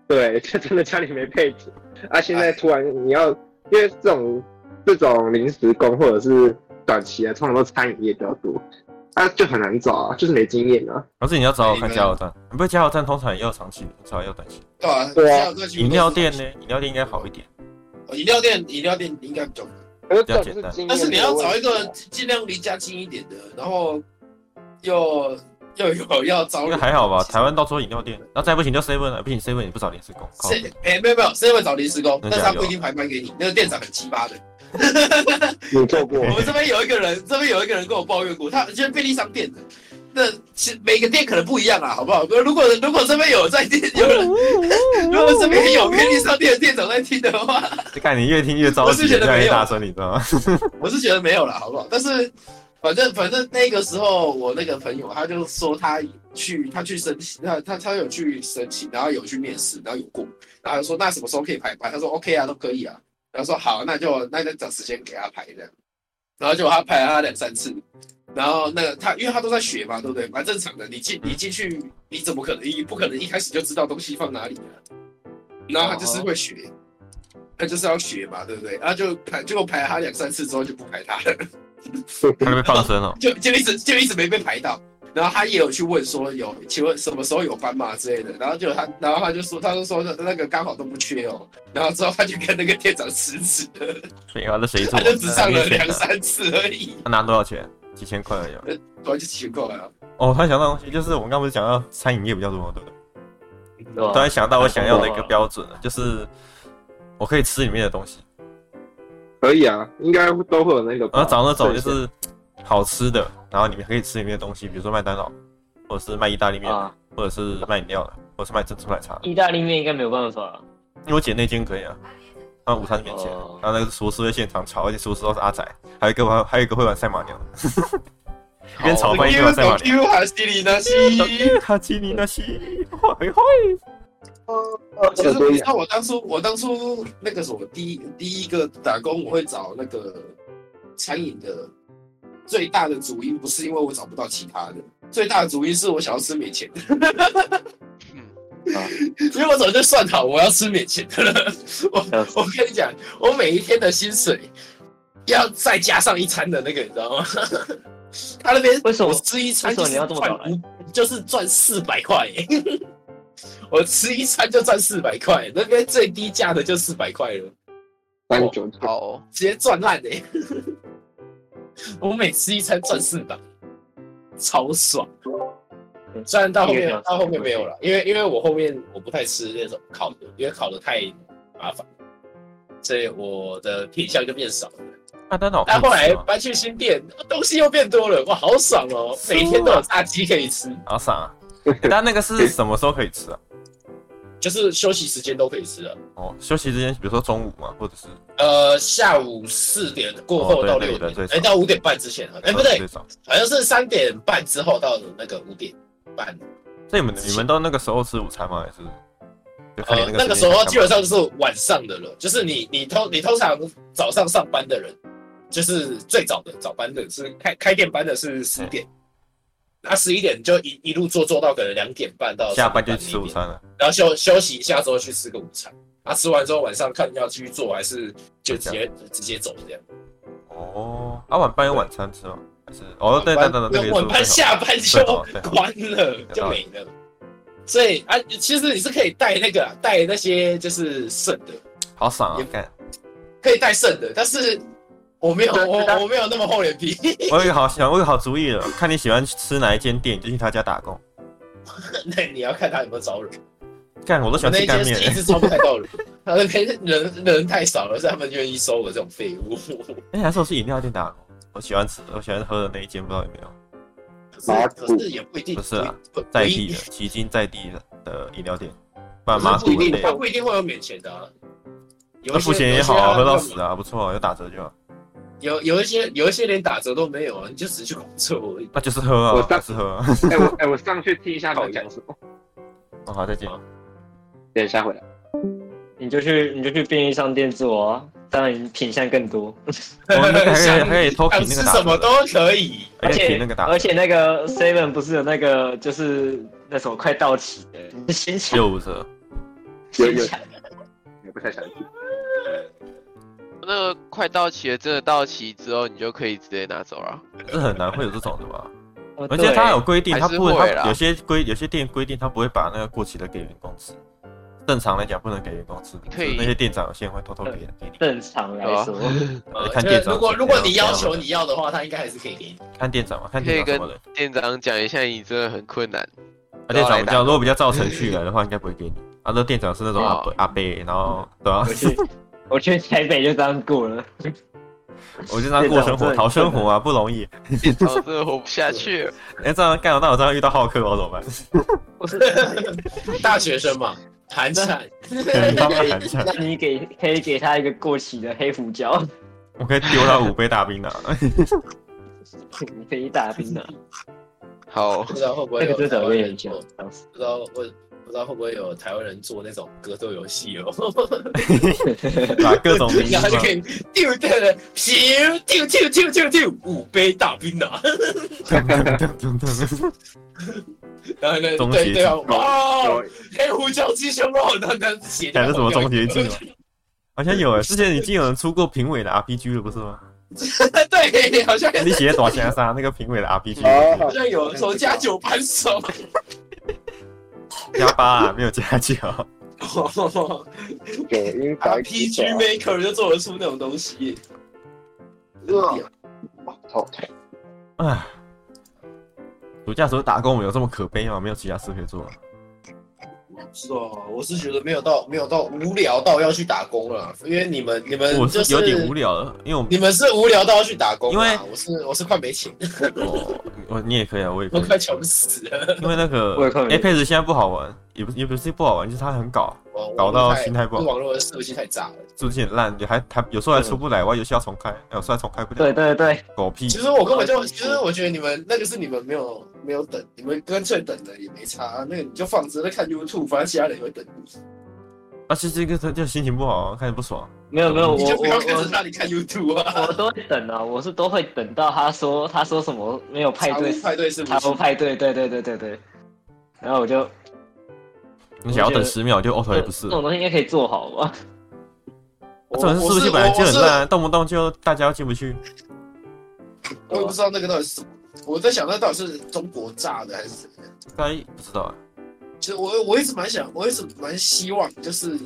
Speaker 6: 对，就真的家里没配置。啊，现在突然你要，因为这种这种临时工或者是短期的，通常都餐饮业比较多，啊，就很难找啊，就是没经验啊。
Speaker 1: 而是你要找
Speaker 4: 哎
Speaker 1: 我看加油站，不是加油站通常也要长期，至少要短期。
Speaker 4: 对啊，
Speaker 6: 对啊
Speaker 4: 这样再去
Speaker 1: 饮料店呢？饮料店应该好一点，
Speaker 4: 哦？饮料店饮料店应该比较
Speaker 6: 可是
Speaker 1: 比较
Speaker 6: 这
Speaker 1: 简
Speaker 6: 种
Speaker 1: 单
Speaker 6: 是经验的问题啊，
Speaker 4: 但是你要找一个尽量离家近一点的，然后又又有要招
Speaker 1: 应该
Speaker 4: 人，
Speaker 1: 还好吧？ 台湾到处都饮料店，那再不行就 seven 了，不行 seven 也不找临时工，靠，
Speaker 4: 是哎没有没有，是因为找临时工，
Speaker 1: 那
Speaker 4: 但
Speaker 1: 加油
Speaker 4: 是他不一定排班给你，那个店长很 奇葩的。
Speaker 6: 你做过
Speaker 4: 我们这边有一个人，这边有一个人跟我抱怨过，他就是便利商店的。那其实每个店可能不一样啊，好不好？如果如果这边有在店有人，如果这边有便利商店的店长在听的话，
Speaker 1: 这看你越听越着
Speaker 4: 我是
Speaker 1: 急，
Speaker 4: 觉
Speaker 1: 越
Speaker 4: 得
Speaker 1: 来
Speaker 4: 没
Speaker 1: 越
Speaker 4: 有
Speaker 1: 大声，你知 道吗？
Speaker 4: 我是觉得没有啦，好不好？但是反正反正那个时候，我那个朋友他就说他去他去申请，他他他有去申请，然后有去面试，然后有过，然后他说那什么时候可以排班？他说 OK 啊，都可以啊。然后说好，那就那就找时间给他排这样。然后结果他排了他两三次，然后那个他因为他都在学嘛，对不对？蛮正常的。你进你进去，你怎么可能你不可能一开始就知道东西放哪里啊？然后他就是会学。他就是要学嘛，对不对？然后就排，结果排了他两三次之后就不排他了，
Speaker 1: 他就被放生了，
Speaker 4: 就就一直就一直没被排到。然后他也有去问说有，请问什么时候有班嘛之类的。然后就他，然后他就说，他就说那那个刚好都不缺哦。然后之后他就跟那个店长辞职了，
Speaker 1: 所以他的谁做
Speaker 4: 他？就只上了
Speaker 1: 谁选
Speaker 4: 两
Speaker 1: 的
Speaker 4: 三次而已，
Speaker 1: 他拿多少钱？几千块而已哦。
Speaker 4: 然后就奇怪了。
Speaker 1: 哦，我突然想到东西，就是我们刚不是讲到餐饮业比较多嘛，对不对？
Speaker 5: 对啊吧
Speaker 1: 突然想到我想要的一个标准了，就是我可以吃里面的东西，
Speaker 6: 可以啊，应该都会有那个吧。
Speaker 1: 然后找那
Speaker 5: 哦
Speaker 1: 种就
Speaker 6: 剩下
Speaker 1: 是好吃的，然后你们可以吃里面的东西，比如说麦当劳，或者是卖意大利面的，
Speaker 5: 啊，
Speaker 1: 或者是卖饮料的，或者是卖珍珠奶茶的。
Speaker 5: 意大利面应该没有办法，
Speaker 1: 因为我姐那间可以啊，她午餐面前，
Speaker 5: 哦
Speaker 1: 然后那个厨师会现场炒，而且厨师都是阿仔，还有一个玩，还有一个会玩赛马娘，一边
Speaker 3: 哦
Speaker 1: 炒饭一边玩赛马
Speaker 4: Q 还是里那西。
Speaker 1: 娘。卡基尼那西，会会，
Speaker 4: 其实你知道我当初我当初那个什么第一第一个打工，我会找那个餐饮的最大的主因不是因为我找不到其他的，最大的主因是我想要吃免钱 的，因为我早就算好我要吃免钱的了。我我跟你讲，我每一天的薪水要再加上一餐的那个，你知道吗？ 他那边
Speaker 5: 为什么
Speaker 4: 我吃一餐
Speaker 5: 为什
Speaker 4: 就
Speaker 5: 么
Speaker 4: 是
Speaker 5: 你要这么早
Speaker 4: 赚五就是赚四百块 耶、我吃一餐就赚四百块，那边最低价的就四百块了。
Speaker 6: 三九九，
Speaker 3: 好哦，
Speaker 4: 直接赚烂的欸。 我每吃一餐赚四百，超爽。虽然到后
Speaker 5: 嗯一
Speaker 4: 面
Speaker 5: 个小时
Speaker 4: 到后面没有了，因为因为我后面我不太吃那种烤的，因为烤的太麻烦，所以我的品相就变少了。
Speaker 5: 哦
Speaker 1: 啊那那种哦
Speaker 4: 但后来搬去新店，东西又变多了，哇，好爽哦！每天都有炸鸡可以吃，
Speaker 1: 好爽啊！欸但那个是什么时候可以吃啊？
Speaker 4: 就是休息时间都可以吃了。
Speaker 1: 哦，休息之间，比如说中午嘛，或者是
Speaker 4: 呃，下午四点过后
Speaker 1: 哦
Speaker 4: 到
Speaker 1: 对
Speaker 4: 六
Speaker 1: 对对
Speaker 4: 点，
Speaker 1: 对
Speaker 4: 哎、到五点半之前啊，哎、不对
Speaker 1: 最，早。
Speaker 4: 好像是三点半之后到那个五点半，
Speaker 1: 所以你们你们到那个时候吃午餐吗？还是就看你
Speaker 4: 呃，
Speaker 1: 那
Speaker 4: 那个
Speaker 1: 时
Speaker 4: 时
Speaker 1: 间
Speaker 4: 候
Speaker 1: 想
Speaker 4: 基
Speaker 1: 干嘛
Speaker 4: 本上就是晚上的了，就是你你通你通常早上上班的人，就是最早的早班的是开开店班的是十点，那十一点就一一路做做到可能两点半到
Speaker 1: 嗯下班就
Speaker 4: 3:30
Speaker 1: 去吃午，餐了。
Speaker 4: 然后休休息一下之后去吃个午餐，啊，吃完之后晚上看要继续做还是就直接直接走这样。
Speaker 1: 哦，啊，晚班有晚餐吃吗？还是哦，对对对对，那个也是
Speaker 4: 晚班下班就
Speaker 1: 最好最好
Speaker 4: 关了，
Speaker 1: 有
Speaker 4: 就
Speaker 1: 道
Speaker 4: 没
Speaker 1: 理
Speaker 4: 了。所以啊，其实你是可以带那个啊带那些就是剩的，
Speaker 1: 好爽啊
Speaker 4: 也！
Speaker 1: 干，
Speaker 4: 可以带剩的，但是我没有
Speaker 6: 对
Speaker 4: 我
Speaker 6: 对啊
Speaker 4: 我没有那么厚脸皮。
Speaker 1: 我有一个好想，我有一个好主意了，看你喜欢吃哪一间店，你就去他家打工。
Speaker 4: 那你要看他有没有招人，
Speaker 1: 干，我都喜欢
Speaker 4: 我那
Speaker 1: 吃干
Speaker 4: 间
Speaker 1: 面
Speaker 4: 是一
Speaker 1: 欸。
Speaker 4: 直招不太到人，他那边人人太少了，所以他们愿意收我这种废物。
Speaker 1: 哎，还是我去饮料店打工。我喜欢吃，我喜欢喝的那一间，不知道有没有
Speaker 4: 可
Speaker 6: 麻
Speaker 4: 是
Speaker 6: 古
Speaker 4: 可是也不一定，
Speaker 1: 不是啊
Speaker 4: 不，不
Speaker 1: 在
Speaker 4: 一
Speaker 1: 地的，迄今在地的的饮料店，不然
Speaker 4: 可
Speaker 1: 妈
Speaker 4: 是不一
Speaker 1: 祖
Speaker 4: 定，
Speaker 1: 类
Speaker 4: 他。不一定会有免钱的啊。有
Speaker 1: 那
Speaker 4: 一些
Speaker 1: 付钱也好
Speaker 4: 有一
Speaker 1: 啊，
Speaker 4: 些
Speaker 1: 喝到死啊，不错啊，有打折就好。
Speaker 4: 有有一些有一些连打折都没有啊，你就只是去工作而已。
Speaker 1: 那就是喝
Speaker 6: 我上
Speaker 1: 啊，还是喝啊。
Speaker 6: 哎、我哎、我上去听一下他们讲什么，
Speaker 1: 哦好，再见。
Speaker 6: 等一下回来。
Speaker 5: 你就去你就去便利商店做啊，当然品相更多，
Speaker 1: 我们哦 还可以还可以偷
Speaker 4: 想
Speaker 1: 品那
Speaker 4: 吃
Speaker 1: 个打
Speaker 4: 什么
Speaker 1: 折的，
Speaker 4: 都可以，
Speaker 1: 还
Speaker 5: 而
Speaker 1: 可以
Speaker 5: 且
Speaker 1: 评那个打折
Speaker 5: 而且那个 Seven 不是有那个就是那什么快到期的，你先抢
Speaker 1: 六五折。
Speaker 6: 有
Speaker 5: 先
Speaker 6: 有
Speaker 5: 抢，，
Speaker 6: 也不太想听。
Speaker 3: 那个快到期了，真的到期之后，你就可以直接拿走了。
Speaker 1: 这很难会有这种的吧？
Speaker 5: 哦
Speaker 1: 而且他有规定，
Speaker 3: 还
Speaker 1: 他
Speaker 3: 是
Speaker 1: 不会，
Speaker 3: 会啦
Speaker 1: 他有些规有些店规定，他不会把那个过期的给员工吃。正常来讲不能给员工吃，
Speaker 3: 可以
Speaker 1: 就是那些店长有些会偷偷给给你。
Speaker 5: 正常来说，
Speaker 1: 呃
Speaker 4: 呃
Speaker 1: 看
Speaker 4: 就
Speaker 1: 店
Speaker 4: 是
Speaker 1: 长。
Speaker 4: 如果如果你要
Speaker 1: 怎
Speaker 4: 求
Speaker 1: 样
Speaker 4: 你要的话，他应该还是可以给你。
Speaker 1: 看店长嘛，看
Speaker 3: 可以
Speaker 1: 店长
Speaker 3: 跟
Speaker 1: 什么的。
Speaker 3: 店长讲一下，你真的很困难。
Speaker 1: 啊，店长比
Speaker 3: 跟
Speaker 1: 较如果比较照程序来的话，应该不会给你。啊，那店长是那种阿伯
Speaker 3: 哦
Speaker 1: 阿伯，然后对吧
Speaker 5: 我？去 我去台北就这样过了，
Speaker 1: 我就这样过生活，
Speaker 5: 店长真的
Speaker 1: 讨生活啊，不容易。
Speaker 3: 店长真的活不下去了。
Speaker 1: 哎，这样干了，那我这样遇到浩克，我怎么办？
Speaker 4: 大学生嘛，寒碜。
Speaker 1: 他们很惨
Speaker 5: 那，你给可以给他一个过期的黑胡椒，
Speaker 1: 我可以丢他五杯大冰啊的。
Speaker 5: 你可以打冰的，
Speaker 3: 好，
Speaker 4: 不知道会不
Speaker 5: 那
Speaker 4: 会
Speaker 5: 个
Speaker 4: 有
Speaker 5: 真
Speaker 4: 台
Speaker 5: 的我
Speaker 4: 湾
Speaker 5: 有
Speaker 4: 人
Speaker 5: 研
Speaker 4: 做
Speaker 5: 究，，
Speaker 4: 不知道会不知道会不会有台湾人做那种格斗游戏哦，
Speaker 1: 把各种名
Speaker 4: 然后就可
Speaker 1: 字
Speaker 4: 以丢掉了，咻丢丢丢丢丢五杯大冰拿， 然后呢
Speaker 1: 终
Speaker 4: 对
Speaker 1: 结
Speaker 4: 对啊，
Speaker 1: 技
Speaker 4: 哇
Speaker 6: 有，
Speaker 4: 黑胡椒鸡胸肉，那那写
Speaker 1: 讲的什么终结技
Speaker 4: 技？
Speaker 1: 吗？好像有诶，欸之前已经有人出过评委的 RPG 了，不是吗？
Speaker 4: 哎对，好像
Speaker 1: 你写短线杀那个评委的 RPG
Speaker 4: 好像有什么加九扳 手。
Speaker 1: 加八啊，没有加九。
Speaker 6: 九阴白起手
Speaker 4: RPG 啊 Maker 就做得出那种东西，
Speaker 6: 哇好痛，
Speaker 1: 唉，暑假时候打工有这么可悲吗？没有其他事可以做啊。
Speaker 4: 是哦，我是觉得没有到没有到无聊到要去打工了，因为你们你们
Speaker 1: 我
Speaker 4: 嗯就是
Speaker 1: 有点无，聊了，因为我
Speaker 4: 你们是无聊到要去打工啊，
Speaker 1: 因为
Speaker 4: 我是我是快没钱，
Speaker 1: 我哦我你也可以啊，我也可
Speaker 4: 我
Speaker 1: 以，
Speaker 4: 快穷死了，
Speaker 1: 因为那个
Speaker 5: 我也可以
Speaker 1: A p e x 现在不好玩，也不也不是不好玩，就是它很搞，
Speaker 4: 我
Speaker 1: 搞到心态不好
Speaker 4: 网络的设计太炸了。
Speaker 1: 是不是很烂？有还还有时候还出不来，玩游戏要重开，哎有时候还重开不了
Speaker 5: 对，对对，
Speaker 1: 狗屁
Speaker 4: 其！实我根本就，其实我觉得你们那个是你们没有没有等，啊你们干脆等了也没差，那个你就放着那看 YouTube，反正其他人也会等你。
Speaker 1: 啊，其实这个就心情不好啊，看着不爽。
Speaker 5: 没有没有，我
Speaker 4: 你就不
Speaker 5: 我
Speaker 4: 要开始
Speaker 5: 我
Speaker 4: 让你看 YouTube 啊。
Speaker 5: 我都会等啊，我是都会等到他说他说什么没有派对
Speaker 4: 茶屋，派对是不
Speaker 5: 他
Speaker 4: 是
Speaker 5: 不？派对，对对对对对，然后我就
Speaker 1: 你想要等
Speaker 5: 我觉得
Speaker 1: 十秒就 auto 也不是
Speaker 5: 这，种东西应该可以做好吧？
Speaker 1: 这种
Speaker 4: 我
Speaker 1: 是不
Speaker 4: 是
Speaker 1: 是本来就很
Speaker 4: 我
Speaker 1: 烂啊，动不动就大家进不去。
Speaker 4: 我也不知道那个到底是什么。我在想，那到底是中国炸的还是怎么样？
Speaker 1: 大家不知道啊，
Speaker 4: 其实我我一直蛮想，我一直蛮希望，就是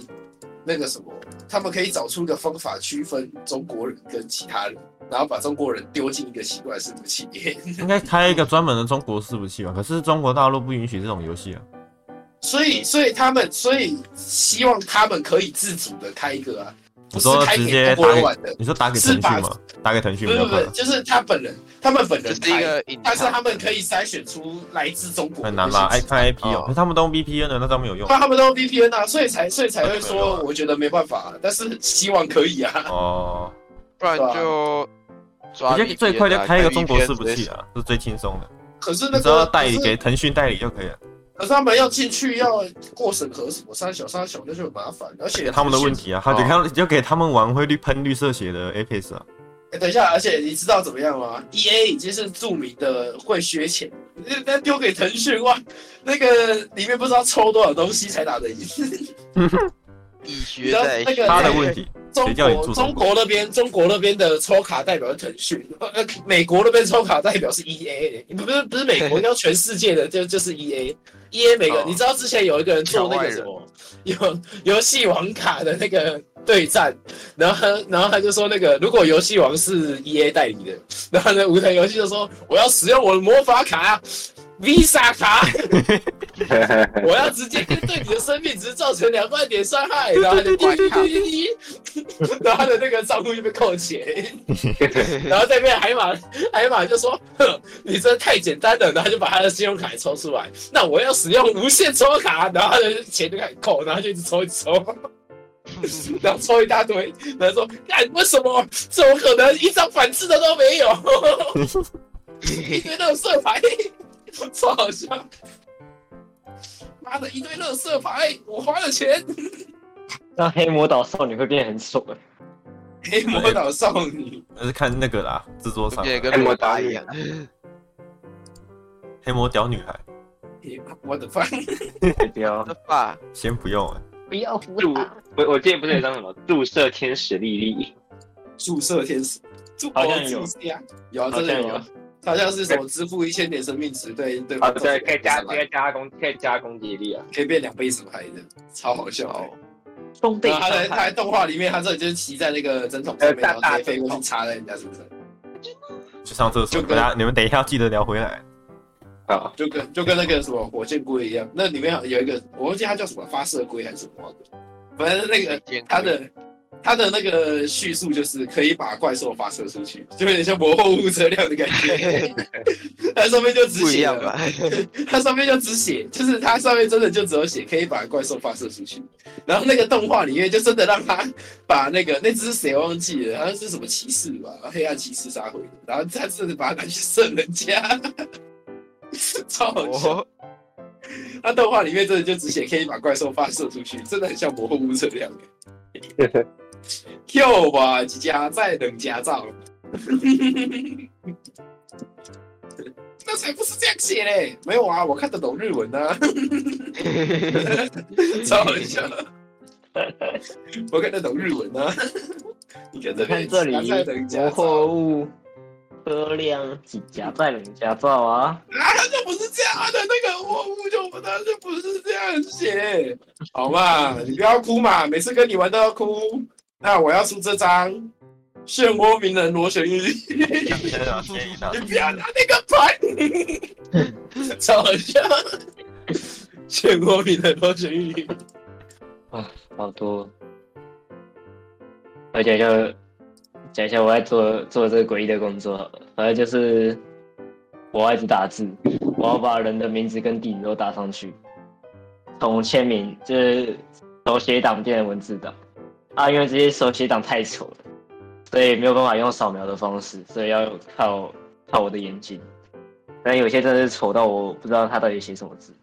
Speaker 4: 那个什么，他们可以找出一个方法区分中国人跟其他人，然后把中国人丢进一个奇怪的伺服器里面。
Speaker 1: 应该开一个专门的中国伺服器吧？可是中国大陆不允许这种游戏啊。
Speaker 4: 所以，所以他们，所以希望他们可以自主的开一个啊，不
Speaker 1: 你
Speaker 4: 是
Speaker 1: 说
Speaker 4: 开
Speaker 1: 直
Speaker 4: 给
Speaker 1: 接打
Speaker 4: 中国人
Speaker 1: 给
Speaker 4: 玩的，
Speaker 1: 你说打给
Speaker 4: 是
Speaker 1: 腾讯
Speaker 4: 把
Speaker 1: 吗？打给腾讯
Speaker 4: 不
Speaker 1: 比
Speaker 4: 是
Speaker 1: 较
Speaker 4: 不
Speaker 1: 快
Speaker 4: 是，
Speaker 1: 吧。
Speaker 4: 就是他本人，他们本
Speaker 3: 这
Speaker 4: 人
Speaker 3: 是一
Speaker 4: 开，
Speaker 3: 个隐
Speaker 4: 但
Speaker 3: 藏，
Speaker 4: 是他们可以筛选出来自中国的
Speaker 1: 很难吧？
Speaker 4: 信
Speaker 1: 哎，
Speaker 4: 息
Speaker 1: 看 A P 哦
Speaker 3: 哦，
Speaker 1: 可是他们都用 V P N 的，那都没有用
Speaker 4: 不。然他们都用 VPN 啊，所以才所以才会
Speaker 1: 那就没有用啊
Speaker 4: 说，
Speaker 1: 了
Speaker 4: 我觉得没办法，但是希望可以 啊。
Speaker 1: 哦，
Speaker 3: 不然就抓
Speaker 1: 我觉
Speaker 3: VPN
Speaker 1: 得
Speaker 3: 啊
Speaker 1: 最快就开一个中国伺服
Speaker 3: VPN 直
Speaker 1: 器
Speaker 3: 接
Speaker 1: 啊，是最轻松的。
Speaker 4: 可是
Speaker 1: 你
Speaker 4: 那
Speaker 1: 只要
Speaker 4: 个
Speaker 1: 代理
Speaker 4: 可是
Speaker 1: 给腾讯代理就可以了。
Speaker 4: 可是他们要进去要过审核什么三小三小，那就很麻烦，而且
Speaker 1: 他们的问。题啊，他就
Speaker 3: 哦
Speaker 1: 看你就给他们玩会绿喷绿色血的 Apex 啊，
Speaker 4: 哎等一下，而且你知道怎么样吗？E A 已经是著名的会削钱，那那丢给腾讯哇，那个里面不知道抽多少东西才打得赢。
Speaker 3: 以学在
Speaker 4: 你知道那个
Speaker 1: 他
Speaker 3: 学，
Speaker 1: 的问题。
Speaker 4: 中
Speaker 1: 谁叫你
Speaker 4: 国
Speaker 1: 注重
Speaker 4: 中国那边中国那边的抽卡代表是腾讯，呃，美国那边抽卡代表是 E A，不是不是 美国，要全世界的就就是 E A。E A 每个
Speaker 3: 哦
Speaker 4: 你知道之前有一个人做那
Speaker 3: 墙外
Speaker 4: 个
Speaker 3: 人
Speaker 4: 什么游游戏王卡的那个对战，然后他然后他就说那个如果游戏王是 E A 代理的，然后呢舞台游戏就说我要使用我的魔法卡 Visa 卡。我要直接对你的生命值造成两万点伤害，然后他就滴滴滴滴滴，然后他的那个账户就被扣钱，然后这边海马海马就说：“哼，你真的太简单了。”然后就把他的信用卡抽出来，那我要使用无限抽卡，然后他的钱就开始扣，然后就一直抽一直抽。然后抽一大堆，然后说：“哎，为什么？怎么可能一张反制的都没有？一堆垃圾牌，超好笑！妈的，一堆垃圾牌，我花了钱。
Speaker 5: 让黑魔导少女会变得很丑 欸
Speaker 4: 黑魔导少女，
Speaker 1: 那是看那个啦，制作上
Speaker 3: 变得
Speaker 1: 的
Speaker 3: 跟罗达一样，
Speaker 1: 黑魔屌女孩，
Speaker 4: 我的妈！
Speaker 5: 不要
Speaker 3: 那爸
Speaker 1: 先不用哎，
Speaker 5: 不要辅
Speaker 6: 注我我记得不是有一张什么注射天使莉莉，
Speaker 4: 注射天使，注
Speaker 5: 好像有
Speaker 4: 哦注射啊有啊，
Speaker 5: 好
Speaker 4: 真
Speaker 5: 像
Speaker 4: 的
Speaker 5: 有
Speaker 4: 有，好像是什么支付一千点生命值，对对
Speaker 6: 啊对，可以加可
Speaker 4: 可
Speaker 6: 以加攻可以加攻击力啊，
Speaker 4: 以变两倍什么牌的，超好笑的。
Speaker 5: 双倍
Speaker 4: 然后他
Speaker 5: 伤
Speaker 4: 在他在
Speaker 5: 害，
Speaker 4: 动画里面，他这里就是骑在那个针筒上面，
Speaker 6: 呃大
Speaker 4: 然后直
Speaker 6: 大
Speaker 4: 接飞过去插在人家身上，
Speaker 1: 去上厕所。
Speaker 4: 就
Speaker 1: 大
Speaker 4: 跟
Speaker 1: 家你们等一下要记得聊回来。
Speaker 6: 好，
Speaker 4: 就跟就跟那个什么火箭龟一样。那里面有一个，我忘记它叫什么发射龟还是什么，反正那个它的它的那个叙述就是可以把怪兽发射出去，就有点像魔幻物车辆的感觉。它上面就只
Speaker 3: 不一
Speaker 4: 写
Speaker 3: 样
Speaker 4: 了，
Speaker 3: 吧？
Speaker 4: 它上面就只写，就是它上面真的就只有写可以把怪兽发射出去。然后那个动画里面就真的让它把那个那只是谁忘记了，好像是什么骑士吧，黑暗骑士杀回的，然后它真的把它拿去射人家， 超好笑。
Speaker 3: 哦，
Speaker 4: 它动画里面真的就只写可以把怪兽发射出去，真的很像魔幻物这样。Q 吧，几家再等家照。那才不是这样写嘞！没有啊，我看得懂日文啊， 超好笑。我看得懂日文 啊。你看这
Speaker 5: 你看
Speaker 4: 边，
Speaker 5: 这里
Speaker 4: 几家再等家
Speaker 5: 魔
Speaker 4: 照
Speaker 5: 惑物车辆几夹在人家造啊，
Speaker 4: 就 不是这样的，那个我我就不他就不是这样写，好嘛，你不要哭嘛，每次跟你玩都要哭。那我要出这张漩涡鸣人螺旋玉，
Speaker 1: 先啊先一下
Speaker 4: 你不要拿那个 牌，超好笑。漩涡鸣人螺旋玉，
Speaker 5: 好多。我讲一下，讲一下我在做做这个诡异的工作好了，反正就是我要一直打字，我要把人的名字跟地址都打上去，从签名就是手写档变成文字档，啊，因为这些手写档太丑了，所以没有办法用扫描的方式，所以要靠靠我的眼睛，但有些真的是丑到我不知道他到底写什么字。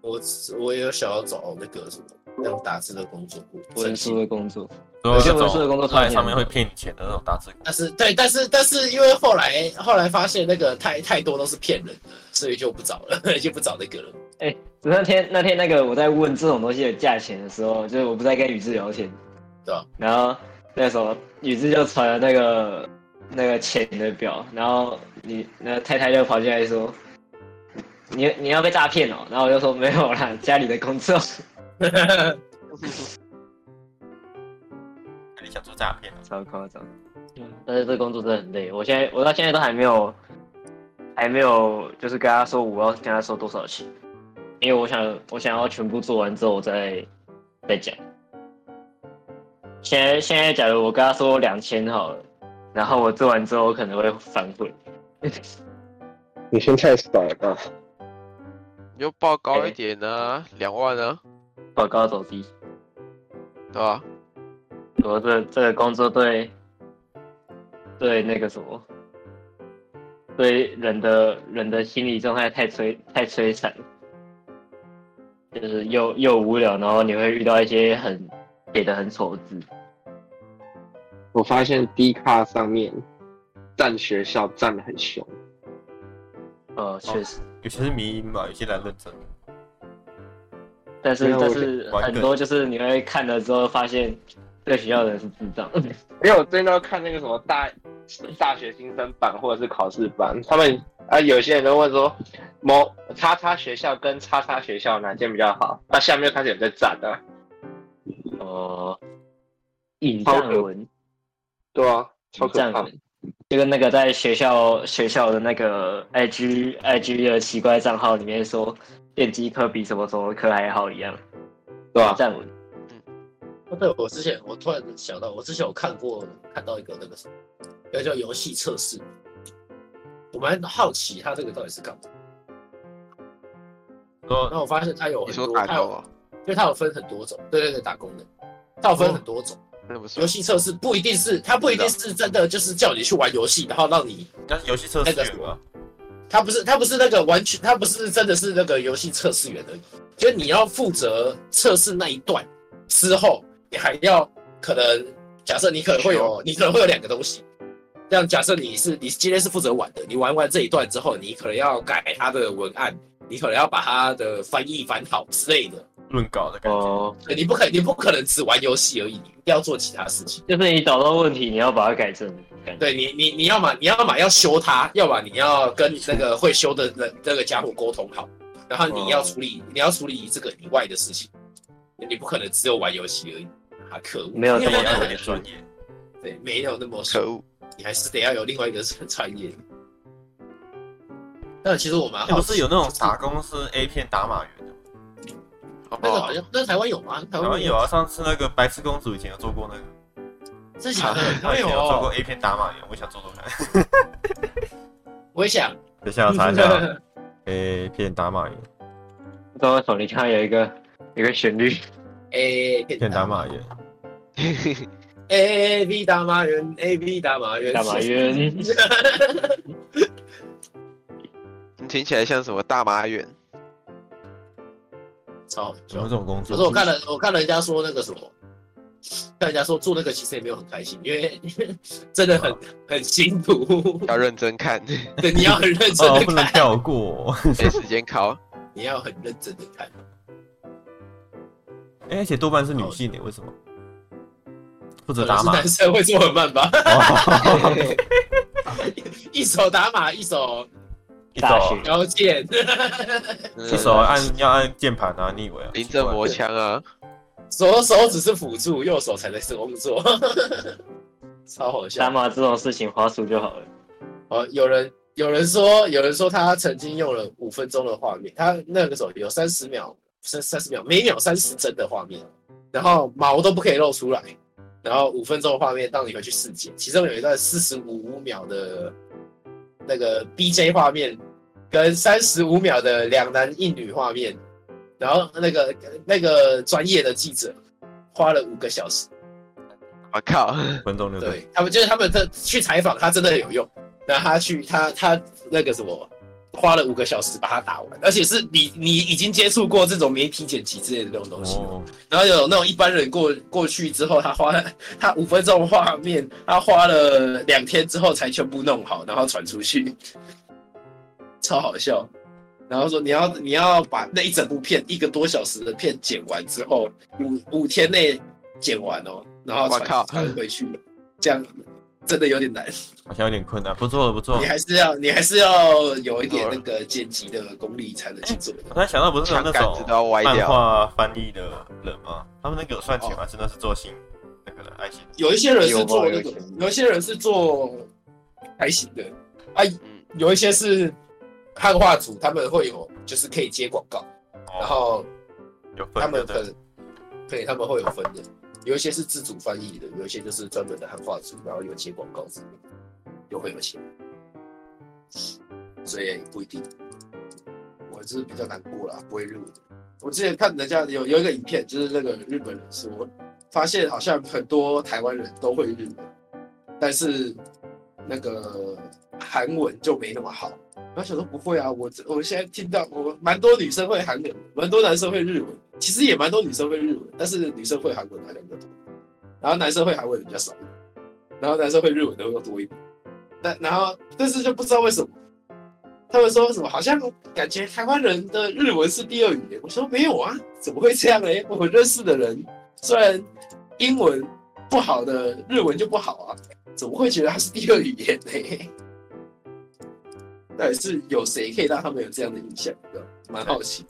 Speaker 4: 我我也有想要找那个什么那种打字的工作，
Speaker 5: 文书的工作，
Speaker 1: 所以
Speaker 5: 有些
Speaker 1: 那
Speaker 5: 文书的工
Speaker 1: 种
Speaker 5: 作
Speaker 1: 在
Speaker 5: 太
Speaker 1: 上面会骗你钱的那种打字，
Speaker 4: 但是对，但是但是因为后来后来发现那个太太多都是骗人的，所以就不找了， 就不找那个了。
Speaker 5: 那天那天那个我在问这种东西的价钱的时候，就是我不是在跟宇智聊天，
Speaker 4: 对啊
Speaker 5: 然后那时候宇智就传了那个那个钱的表，然后你那太太就跑进来说，你你要被诈骗哦，然后我就说没有啦，家里的工作，
Speaker 1: 你想做诈骗的，
Speaker 5: 超夸张。但是这工作真的很累，我现在我到现在都还没有，还没有就是跟他说我要跟他说多少钱，因为我想我想要全部做完之后我再再讲。现在现在假如我跟他说两千好了，然后我做完之后我可能会反悔，
Speaker 6: 你先太少了吧？
Speaker 3: 你就报高
Speaker 5: 哎
Speaker 3: 一点啊，两万啊，
Speaker 5: 广告走低。
Speaker 3: 对吧、
Speaker 5: 我这这个工作对对那个什么，对人的人的心理状态太摧太摧残了，就是又又无聊，然后你会遇到一些很写的很丑的字，
Speaker 6: 我发现 D 卡上面占学校占的很凶，
Speaker 5: 呃，确实，
Speaker 1: 有些是迷因嘛，有些来认真。
Speaker 5: 但是
Speaker 6: 没有
Speaker 5: 但
Speaker 6: 我
Speaker 5: 是
Speaker 1: 玩
Speaker 5: 很
Speaker 1: 梗
Speaker 5: 多就是你会看了之后发现，这个学校的人是智障，
Speaker 6: 因为我最近都看那个什么大大学新生版或者是考试版，他们啊有些人都问说某叉叉学校跟叉叉学校哪间比较好，那下面就开始有人在啊占了、
Speaker 5: 哦、引
Speaker 6: 超
Speaker 5: 战
Speaker 6: 可
Speaker 5: 文。
Speaker 6: 对啊，超可
Speaker 5: 这样
Speaker 6: 怕
Speaker 5: 子，，就跟那个在学校学校的那个 IG IG 的奇怪账号里面说电机科比什么什么科还好一样，
Speaker 6: 对啊，
Speaker 5: 站稳。
Speaker 4: 哦对，我之前我突然想到，我之前有看过看到一个那个什么，一个叫游戏测试，我蛮好奇他这个到底是干嘛。
Speaker 1: 说
Speaker 4: 然后我发现他有
Speaker 3: 你
Speaker 4: 很
Speaker 3: 说
Speaker 4: 多，
Speaker 3: 打
Speaker 4: 他
Speaker 3: 工
Speaker 4: 有
Speaker 3: 啊？
Speaker 4: 因为他有分很多种，对对对，打工的，他有
Speaker 3: 哦
Speaker 4: 分很多种。
Speaker 3: 那不算
Speaker 4: 游。戏测试不一定是，他不一定是真的就是叫你去玩游戏，然后让你
Speaker 1: 但是游戏测试员嘛，
Speaker 4: 他不是他不是那个完全，他不是真的是那个游戏测试员而已，就是你要负责测试那一段之后，你还要可能假设你可能会有，你可能会有两个东西。这样假设你是你今天是负责玩的，你玩完这一段之后，你可能要改它的文案，你可能要把它的翻译翻好之类的。
Speaker 1: 论稿的感觉。
Speaker 5: 哦，
Speaker 4: 对你不可你不可能只玩游戏而已，你一定要做其他事情。
Speaker 5: 就是你找到问题，你要把它改正，感觉
Speaker 4: 对你，你你要么你要么要修它，要么你要跟那个会修的人那个家伙沟通好，然后你要处理、你要处理这个以外的事情，你不可能只有玩游戏而已啊！可恶，
Speaker 5: 没有
Speaker 1: 这
Speaker 5: 这
Speaker 1: 个也
Speaker 5: 么
Speaker 1: 要有点
Speaker 5: 难。
Speaker 1: 专业，
Speaker 4: 对，没有那么
Speaker 3: 可
Speaker 4: 熟，
Speaker 3: 恶！
Speaker 4: 你还是得要有另外一个人创业。但其实我蛮
Speaker 1: 哎
Speaker 4: 好
Speaker 1: 不
Speaker 4: 奇，
Speaker 1: 是有那种打工是 A 片打马员的吗，
Speaker 4: 那个好像那台湾有吗？台
Speaker 1: 台湾
Speaker 4: 湾
Speaker 1: 有啊，，上次那个白痴公主以前有做过那个，
Speaker 4: 真假的？
Speaker 1: 她
Speaker 4: 没
Speaker 1: 以
Speaker 4: 有
Speaker 1: 前有做过
Speaker 4: 哦，
Speaker 1: A 片打马员，我想做做看。
Speaker 4: 我也想，
Speaker 1: 等一下我查一下啊 A 片哎打马员，
Speaker 5: 不知道为什么你看到有一个有一个旋 律，
Speaker 4: 哎，
Speaker 1: 片打马员，
Speaker 4: A V 大马人，A V 大马人，
Speaker 5: 干嘛冤？
Speaker 3: 你听起来像什么大麻园？
Speaker 4: 超好
Speaker 1: 有
Speaker 4: 笑
Speaker 1: 没有这。种工
Speaker 4: 可是我
Speaker 1: 作？
Speaker 4: 看了，我看人家说那个什么，看人家说做那个其实也没有很开心，因为 真的
Speaker 1: 啊
Speaker 4: 很很辛苦。
Speaker 3: 要认真看，
Speaker 4: 对，你要很认真
Speaker 1: 哦，
Speaker 4: 的
Speaker 1: 不能
Speaker 4: 看，
Speaker 1: 跳过。
Speaker 3: 没时间考。
Speaker 4: 你要很认真的看。
Speaker 1: 哎，而且多半是女性的，为什么？负责
Speaker 4: 可能
Speaker 1: 打
Speaker 4: 是
Speaker 1: 马。
Speaker 4: 男生会做很慢吧，
Speaker 1: 哦
Speaker 4: 一手打码，一手
Speaker 1: 一手
Speaker 5: 大
Speaker 1: 啊
Speaker 5: 学
Speaker 4: 标剑，
Speaker 1: 一手啊按要按键盘啊，你以为啊？
Speaker 3: 临阵磨枪啊，
Speaker 4: 左手只是辅助，右手才能是工作， 超好
Speaker 5: 打
Speaker 4: 笑。
Speaker 5: 码这种事情滑鼠就好了。
Speaker 4: 哦，有人有人说，有人说他曾经用了五分钟的画面，他那个时候有三十秒，三三十秒，每秒三十帧的画面，然后毛都不可以露出来，然后五分钟的画面让你回去试剪，其中有一段四十五秒的那个 BJ 画面，跟三十五秒的两男一女画面，然后那个那个专业的记者花了五个小时。
Speaker 3: 我靠！
Speaker 1: 五分钟就对。
Speaker 4: 对他们就是他们的去采访，他真的有用。然后他去他他那个什么，花了五个小时把它打完，而且是你你已经接触过这种媒体剪辑之类的那种东西了，
Speaker 1: 哦，
Speaker 4: 然后有那种一般人过过去之后，他花 他五分钟的画面，他花了两天之后才全部弄好，然后传出去，超好笑。然后说你要你要把那一整部片一个多小时的片剪完之后，五五天内剪完哦，然后
Speaker 3: 我靠
Speaker 4: 传传回去，这样真的有点难。
Speaker 1: 好像有点困难，不错了不错
Speaker 4: 你
Speaker 1: 了。
Speaker 4: 还是要你还是要有一点那个剪辑的功力才能去做。
Speaker 1: 我才想到不是有
Speaker 3: 枪
Speaker 1: 那
Speaker 3: 杆
Speaker 1: 种
Speaker 3: 子都要歪
Speaker 1: 漫
Speaker 3: 掉。
Speaker 1: 画翻译的人吗？他们那个有算
Speaker 4: 哦
Speaker 1: 钱吗？真的是做新那个的爱心
Speaker 4: 有一些人是
Speaker 5: 有吧
Speaker 4: 做那
Speaker 5: 有
Speaker 4: 个
Speaker 5: 一些，
Speaker 4: 有一些人是做还行的啊，
Speaker 3: 嗯，
Speaker 4: 有一些是汉化组，他们会有就是可以接广告，然
Speaker 1: 哦，
Speaker 4: 后
Speaker 1: 有
Speaker 4: 他
Speaker 1: 分
Speaker 4: 们
Speaker 1: 的
Speaker 4: 分
Speaker 1: 对，
Speaker 4: 对，他们会有分的。有一些是自主翻译的，有一些就是专门的汉化组，然后有接广告之类的，又会有钱，所以不一定。我是比较难过啦，不会日文的。我之前看人家有有一个影片，就是那个日本人说，发现好像很多台湾人都会日文，但是那个韩文就没那么好。然后想说不会啊，我这我现在听到我蛮多女生会韩文，蛮多男生会日文，其实也蛮多女生会日文，但是女生会韩文还两个多，然后男生会韩文的比较少，然后男生会日文的会多一点。但然后但是就不知道为什么，他们说什么好像感觉台湾人的日文是第二语言，我说没有啊，怎么会这样呢？我认识的人虽然英文不好的日文就不好啊，怎么会觉得它是第二语言呢？到底是有谁可以让他们有这样的影响？对吧蛮好奇，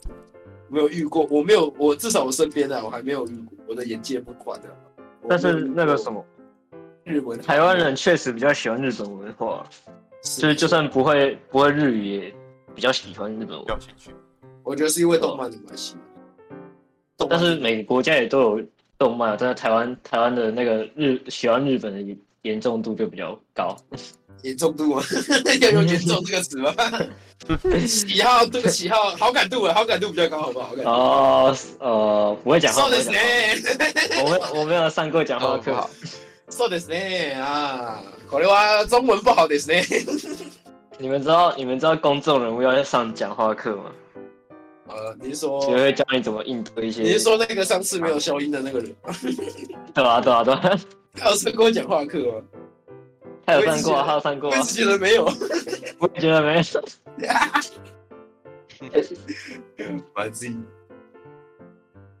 Speaker 4: 没有遇过，我没有，我至少我身边的、啊我还没有遇过，我的眼界不宽的、我没
Speaker 5: 但是
Speaker 4: 有遇过
Speaker 5: 那个什么，
Speaker 4: 日文，
Speaker 5: 台湾人确实比较喜欢日本文化，
Speaker 4: 是
Speaker 5: 就是就算不会不会日语，也比较喜欢日本文化。
Speaker 1: 有兴趣。
Speaker 4: 我觉得是因为动漫的关系，动
Speaker 5: 但
Speaker 4: 漫
Speaker 5: 是每个国家也都有动漫，但是台湾台湾的那个日喜欢日本的严严重度就比较高。
Speaker 4: 严重度啊，要用严重这个词吗？喜好度、喜好好感度啊，好感度比较高，好不好？好感度。
Speaker 5: 哦，呃，不会讲话，
Speaker 4: そう
Speaker 5: 不
Speaker 4: で
Speaker 5: 会
Speaker 4: す
Speaker 5: 讲
Speaker 4: ね。
Speaker 5: 话，我没我没有上过讲话课，
Speaker 3: 哦 好，
Speaker 4: そうですね。啊，これは中文不好です ね。
Speaker 5: 你们知道你们知道公众人物要上讲话课吗？
Speaker 4: 呃，你是说，
Speaker 5: 就会教你怎么应对一些。
Speaker 4: 你是说那个上次没有消音的那个人，
Speaker 5: 对啊对啊对啊，
Speaker 4: 他有上跟我讲话课吗？
Speaker 5: 他有上过啊，他有上过
Speaker 4: 我
Speaker 5: 啊
Speaker 4: 一，直觉得 没有。
Speaker 5: 我也觉得没什么。
Speaker 4: 把自己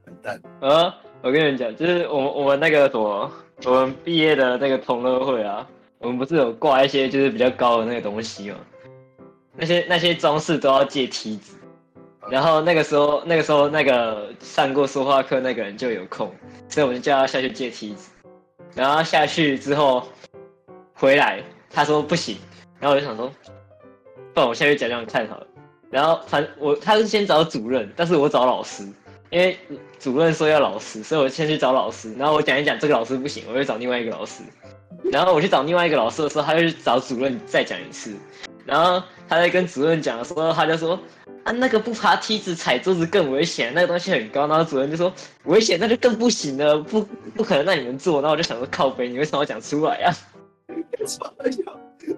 Speaker 4: 完蛋。
Speaker 5: 啊，我跟你讲，就是我们我们那个什么，我们毕业的那个同乐会啊，我们不是有挂一些就是比较高的那个东西吗？那些那些装饰都要借梯子，然后那个时候那个时候那个上过说话课那个人就有空，所以我们就叫他下去借梯子，然后他下去之后回来，他说不行，然后我就想说，不然我下去讲讲看好了。然后反我他是先找主任，但是我找老师，因为主任说要老师，所以我先去找老师。然后我讲一讲这个老师不行，我就找另外一个老师。然后我去找另外一个老师的时候，他就去找主任再讲一次。然后他在跟主任讲的时候，他就说啊那个不爬梯子踩桌子更危险，那个东西很高。然后主任就说危险那就更不行了，不不可能让你们做。然后我就想说靠背，你为什么要讲出来啊？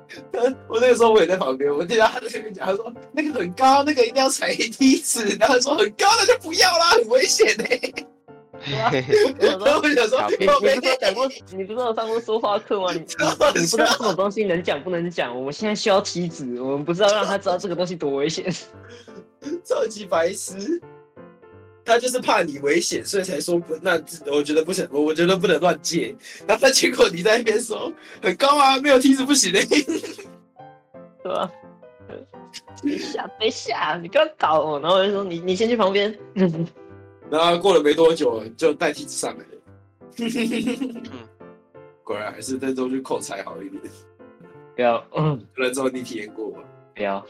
Speaker 4: 我那个时候我也在旁边，我听到他在那边讲，他说那个很高，那个一定要踩梯子，然后说很高那就不要啦，很危险呢、然后我想说，
Speaker 5: 你
Speaker 4: 靠
Speaker 5: 你
Speaker 4: 北
Speaker 5: 不是有讲过，你不是有上过说话课吗？你你你不知道这种东西能讲不能讲。我们现在需要梯子，我们不知道让他知道这个东西多危险。
Speaker 4: 超级白痴。他就是怕你危险，所以才说不。那我觉得不行，我我觉得不能乱借。然后他结果你在那边说很高啊，没有梯子不行的、
Speaker 5: 对吧？等一下，等一下，你不要搞我！然后我就说你，你先去旁边。
Speaker 4: 然后过了没多久，就代替上来了。 果然还是这周去口才好一点。
Speaker 5: 不要，嗯，
Speaker 4: 那之后你体验过吗？
Speaker 5: 不要，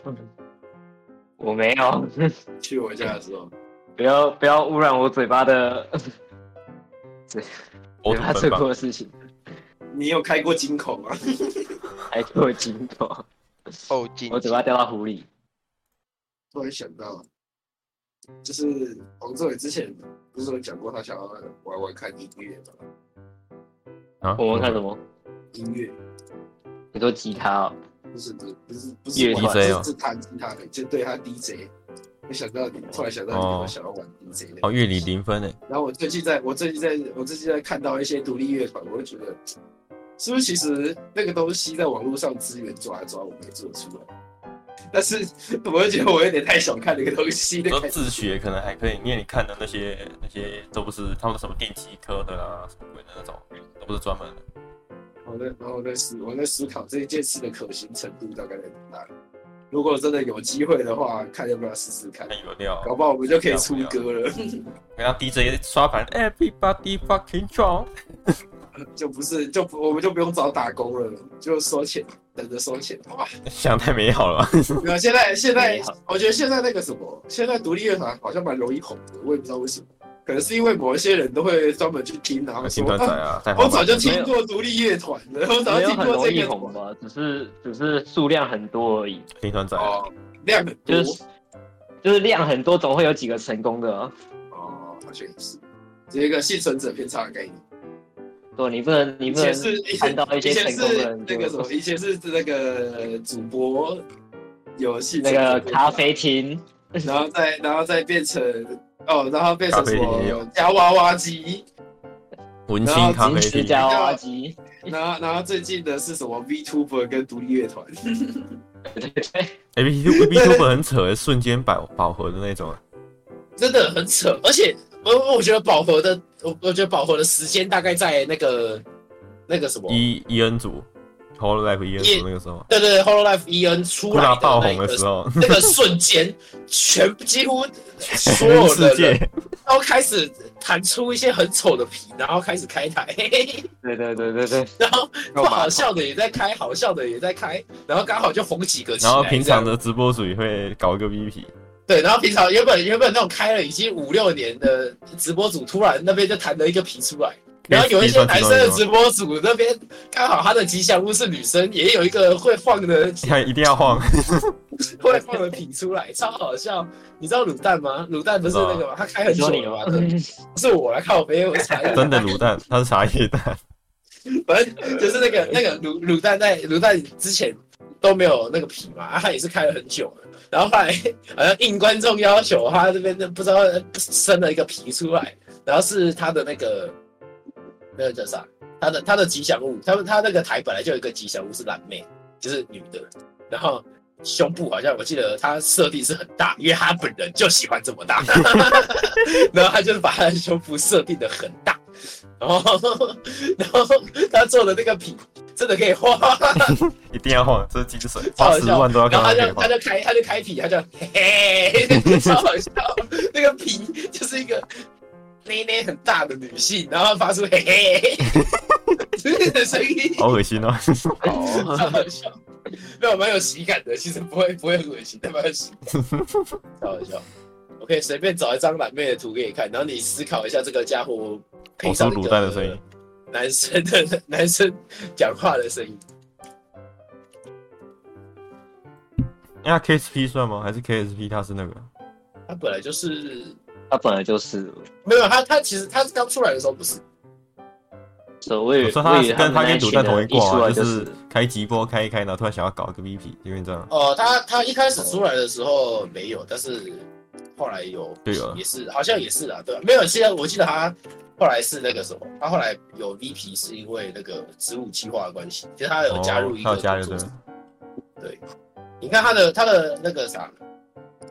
Speaker 5: 我没有，
Speaker 4: 去我家的时候，
Speaker 5: 不要，不要污染我嘴巴的
Speaker 1: 我
Speaker 5: 嘴巴做过的事情，
Speaker 4: 你有开过金口吗？
Speaker 5: 还给我金口，
Speaker 3: 后进
Speaker 5: 我嘴巴掉到湖里。
Speaker 4: 突然想到，就是黄宗伟之前不是有讲过他想要玩玩看音乐吗？
Speaker 1: 啊
Speaker 5: 我们看什么？
Speaker 4: 音乐，
Speaker 5: 你说吉他、哦？
Speaker 4: 不是不是不是不
Speaker 5: 乐
Speaker 4: 是
Speaker 5: 团
Speaker 4: 是
Speaker 1: DJ 哦
Speaker 4: 是弹吉他的，就对他 DJ。我想到你，突然想到
Speaker 1: 哦
Speaker 4: 你，我想要玩 DJ 的。
Speaker 1: 哦，乐理零分诶，
Speaker 4: 然后我最近在我最近在我最近在看到一些独立乐团，我就觉得，是不是其实那个东西在网络上资源抓一抓，我没做出来。但是我就觉得我有点太小看那个东西
Speaker 1: 你
Speaker 4: 的
Speaker 1: 说
Speaker 4: 感觉。
Speaker 1: 自学可能还可以，因为你看的那些那些都不是他们什么电机科的啦，什么鬼的那种，都不是专门的。
Speaker 4: 我在然后我在思我在思考这一件事的可行程度大概在哪里。如果真的有机会的话，看要不要试试看，
Speaker 1: 看有料，
Speaker 4: 搞不好我们就可以出歌了，
Speaker 1: 然后 DJ 刷盘，Everybody fucking drunk，
Speaker 4: 就不是就不我们就不用找打工了，就收钱，等着收钱。哇，
Speaker 1: 想太美好了 吧？
Speaker 4: 没有，现在现在
Speaker 5: 美好
Speaker 4: 我觉得现在那个什么，现在独立乐团好像蛮容易红的，我也不知道为什么，可能是因为某一些人都会专门去听，然后
Speaker 1: 新
Speaker 4: 说
Speaker 1: 团仔
Speaker 4: 啊，
Speaker 1: 啊，太好
Speaker 4: 我
Speaker 1: 了
Speaker 4: 早就听过独立乐团了，我早
Speaker 5: 没有
Speaker 4: 就听
Speaker 5: 很
Speaker 4: 过
Speaker 5: 容
Speaker 4: 这
Speaker 5: 易
Speaker 4: 个
Speaker 5: 红吧，只是只是数量很多而已，
Speaker 1: 新团仔啊，
Speaker 4: 哦，量很多
Speaker 5: 就是就是量很多，总会有几个成功的、啊。
Speaker 4: 哦，好像也是，这一个幸存者偏差的概念。
Speaker 5: 对，你不能你
Speaker 4: 以
Speaker 5: 不能
Speaker 4: 前是以
Speaker 5: 看
Speaker 4: 前
Speaker 5: 到一些成
Speaker 4: 是
Speaker 5: 功的人
Speaker 4: 那个什么，
Speaker 5: 就
Speaker 4: 以前是那个主播游戏
Speaker 5: 那个咖，啡厅，
Speaker 4: 然后再然后再变成哦，然后变成什
Speaker 1: 咖啡也有
Speaker 4: 么夹娃娃机，
Speaker 1: 文青
Speaker 4: 然后
Speaker 1: 咖啡
Speaker 5: 临时
Speaker 1: 厅，
Speaker 5: 加挖机，
Speaker 4: 然后然后最近的是什么 VTuber 跟独立乐团，
Speaker 5: 对对对，
Speaker 1: A B T B T 很扯，瞬间饱饱和的那种。
Speaker 4: 真的很扯。而且呃我我觉得饱和的，我我觉得饱和的时间大概在那个那个什么。
Speaker 1: 伊伊恩 E，组，Whole Life 伊恩
Speaker 4: 耶
Speaker 1: 组那个时候，
Speaker 4: 对对对，Hololive EN 出
Speaker 1: 库
Speaker 4: 来
Speaker 1: 拉
Speaker 4: 的
Speaker 1: 爆
Speaker 4: 那
Speaker 1: 红
Speaker 4: 个
Speaker 1: 的时候，
Speaker 4: 那个瞬间，全几乎 所
Speaker 1: 全
Speaker 4: 有的
Speaker 1: 世
Speaker 4: 人
Speaker 1: 界
Speaker 4: 然后开始弹出一些很丑的皮，然后开始开台， 嘿嘿嘿
Speaker 5: 对对对对对，
Speaker 4: 然后
Speaker 5: 肉
Speaker 4: 不
Speaker 5: 麻
Speaker 4: 好笑的也在开，好笑的也在开，然后刚好就红几个起来。
Speaker 1: 然后平常
Speaker 4: 这样
Speaker 1: 的直播主也会搞一个 VP，
Speaker 4: 对，然后平常原本原本那种开了已经五六年的直播主，突然那边就弹了一个皮出来，然后有一些男生的直播主那边刚好他的吉祥物是女生，也有一个会晃的
Speaker 1: 看一定要晃，
Speaker 4: 会晃的皮出来，超好笑。你知道卤蛋吗？卤蛋不是那个吗？他开很
Speaker 5: 你
Speaker 4: 久
Speaker 5: 说你
Speaker 4: 了吧？
Speaker 5: 吗？
Speaker 4: 是我来看我没有才
Speaker 1: 真的卤蛋，它是茶叶蛋，
Speaker 4: 反正就是那个那个卤卤蛋在卤蛋之前都没有那个皮嘛，啊他也是开了很久了，然后后来好像应观众要求，他这边不知道生了一个皮出来，然后是他的那个那个叫啥，他的他的吉祥物，他们他那个台本来就有一个吉祥物是蓝妹，就是女的，然后。胸部好像我记得他设定是很大，因为他本人就喜欢这么大， 然后他就是把他的胸部设定的很大，然后然后他做的那个笔真的可以画，
Speaker 1: 一定要晃，这是精神，花
Speaker 4: 超好
Speaker 1: 十
Speaker 4: 笑
Speaker 1: 万都要
Speaker 4: 然
Speaker 1: 看它
Speaker 4: 后他
Speaker 1: 可以
Speaker 4: 就
Speaker 1: 晃
Speaker 4: 他。就开他就开笔，他就嘿嘿，超好笑。那个笔就是一个奶奶很大的女性，然后发出嘿嘿嘿的声音，
Speaker 1: 好恶心哦！
Speaker 4: 超好笑。 没有蛮有喜感的，其实不会不会很恶心，但蛮有喜感， 超好笑。我可以随便找一张蓝妹的图给你看，然后你思考一下这个家伙配
Speaker 1: 我说
Speaker 4: 上
Speaker 1: 卤蛋的声音，，
Speaker 4: 男生的男生讲话的声音。
Speaker 1: 那 KSP 算吗？还是 KSP 它是那个？
Speaker 4: 他本来就是
Speaker 5: 他本来就是，
Speaker 4: 没有他，他其实他刚出来的时候不是，
Speaker 5: 所谓
Speaker 1: 我说
Speaker 5: 他
Speaker 1: 他是跟他
Speaker 5: 他
Speaker 1: 跟卤蛋同一
Speaker 5: 一出
Speaker 1: 挂啊，
Speaker 5: 来
Speaker 1: 就是是开直播开一开，然后突然想要搞一个 VP，因为这样
Speaker 4: 哦、他他一开始出来的时候没有，但是后来有，
Speaker 1: 对啊有
Speaker 4: 也是好像也是啊，对啊，没有，现在我记得他后来是那个什么，他后来有 VP 是因为那个职务计划的关系，就是他有
Speaker 1: 哦
Speaker 4: 加入一
Speaker 1: 他
Speaker 4: 个
Speaker 1: 有加入
Speaker 4: 组
Speaker 1: 对
Speaker 4: 织，。你看他的他的那个啥，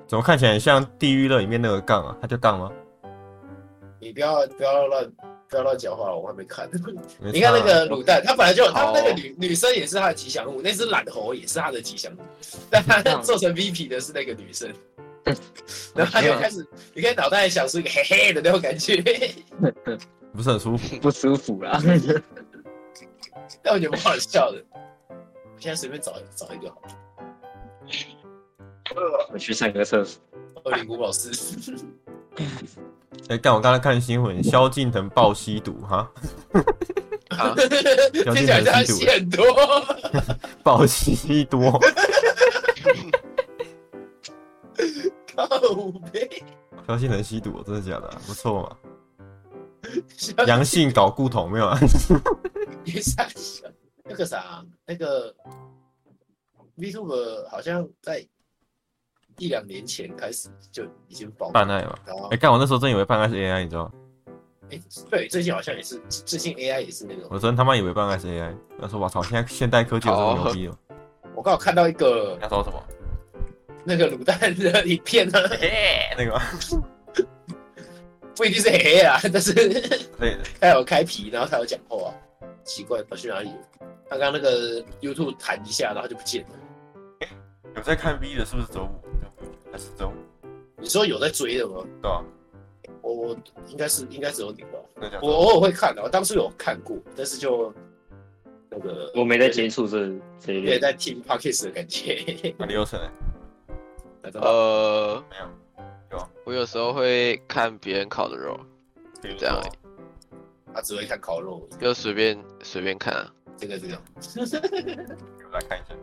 Speaker 1: 怎么看起来很像《地狱乐》里面那个杠啊？它叫杠吗？
Speaker 4: 你不要不要乱不要乱讲话，我还没看。
Speaker 1: 没
Speaker 4: 你看那
Speaker 1: 差啊
Speaker 4: 个卤蛋，他本来就有，他
Speaker 5: 好
Speaker 4: 那个女女生也是他的吉祥物，那只懒猴也是他的吉祥物，但他
Speaker 5: 这样
Speaker 4: 做成 VP 的是那个 女生，然后他就开始，你看脑袋想出一个嘿嘿的那种感觉，
Speaker 1: 不是很舒服。
Speaker 5: 不舒服啦。
Speaker 4: 但我觉得蛮好笑的。我现在随便找一找一个好了，
Speaker 5: 我去上个厕所，
Speaker 4: 二零五宝四，
Speaker 1: 哎、干我刚才看新闻，萧敬 腾爆吸毒哈，
Speaker 3: 啊，
Speaker 4: 听起来像他戏很多，
Speaker 1: 爆吸毒，
Speaker 4: 靠背，
Speaker 1: 萧敬腾吸毒，真的假的啊、不错嘛，
Speaker 4: 像
Speaker 1: 阳性搞固酮 没有啊？
Speaker 4: 你傻笑那个啥，那个 VTube 好像在一两年前开始就已经爆
Speaker 1: 办，案嘛。
Speaker 4: 然后
Speaker 1: 哎、干，我那时候真以为办案是 AI，你知道吗？
Speaker 4: 哎，对，最近好像也是，最近 AI 也是那种，
Speaker 1: 我真他妈以为办案是 AI。那时候我操，现在现代科技有这么牛逼哦！
Speaker 4: 我刚好看到一 个
Speaker 1: 要说什么？
Speaker 4: 那个卤蛋的影片呢，
Speaker 1: 哎那个吗
Speaker 4: 不一定是黑啊，但是
Speaker 1: 之类的。
Speaker 4: 他有开皮，然后他有讲话、奇怪跑去哪里了？他刚刚那个 YouTube 弹一下，然后就不见了。
Speaker 1: 有在看 V 的，是不是周五？还是周五？
Speaker 4: 你说有在追的吗？
Speaker 1: 对吧、
Speaker 4: 我我应该是应该只有你吧，
Speaker 1: 那叫
Speaker 4: 我偶尔会看的，我当初有看过，但是就那个
Speaker 5: 我没在接触这这一
Speaker 4: 有点
Speaker 5: 类。
Speaker 4: 在听 podcast 的感觉。
Speaker 1: 哪里有神？
Speaker 5: 哦
Speaker 4: 呃，
Speaker 3: 呃，
Speaker 1: 没有，
Speaker 3: 我有时候会看别人烤的肉，
Speaker 1: 比如
Speaker 3: 这样而
Speaker 1: 说
Speaker 3: 已
Speaker 4: 他只会看烤肉，
Speaker 3: 就随便随便看啊。
Speaker 4: 这个这个，
Speaker 1: 我来看一下。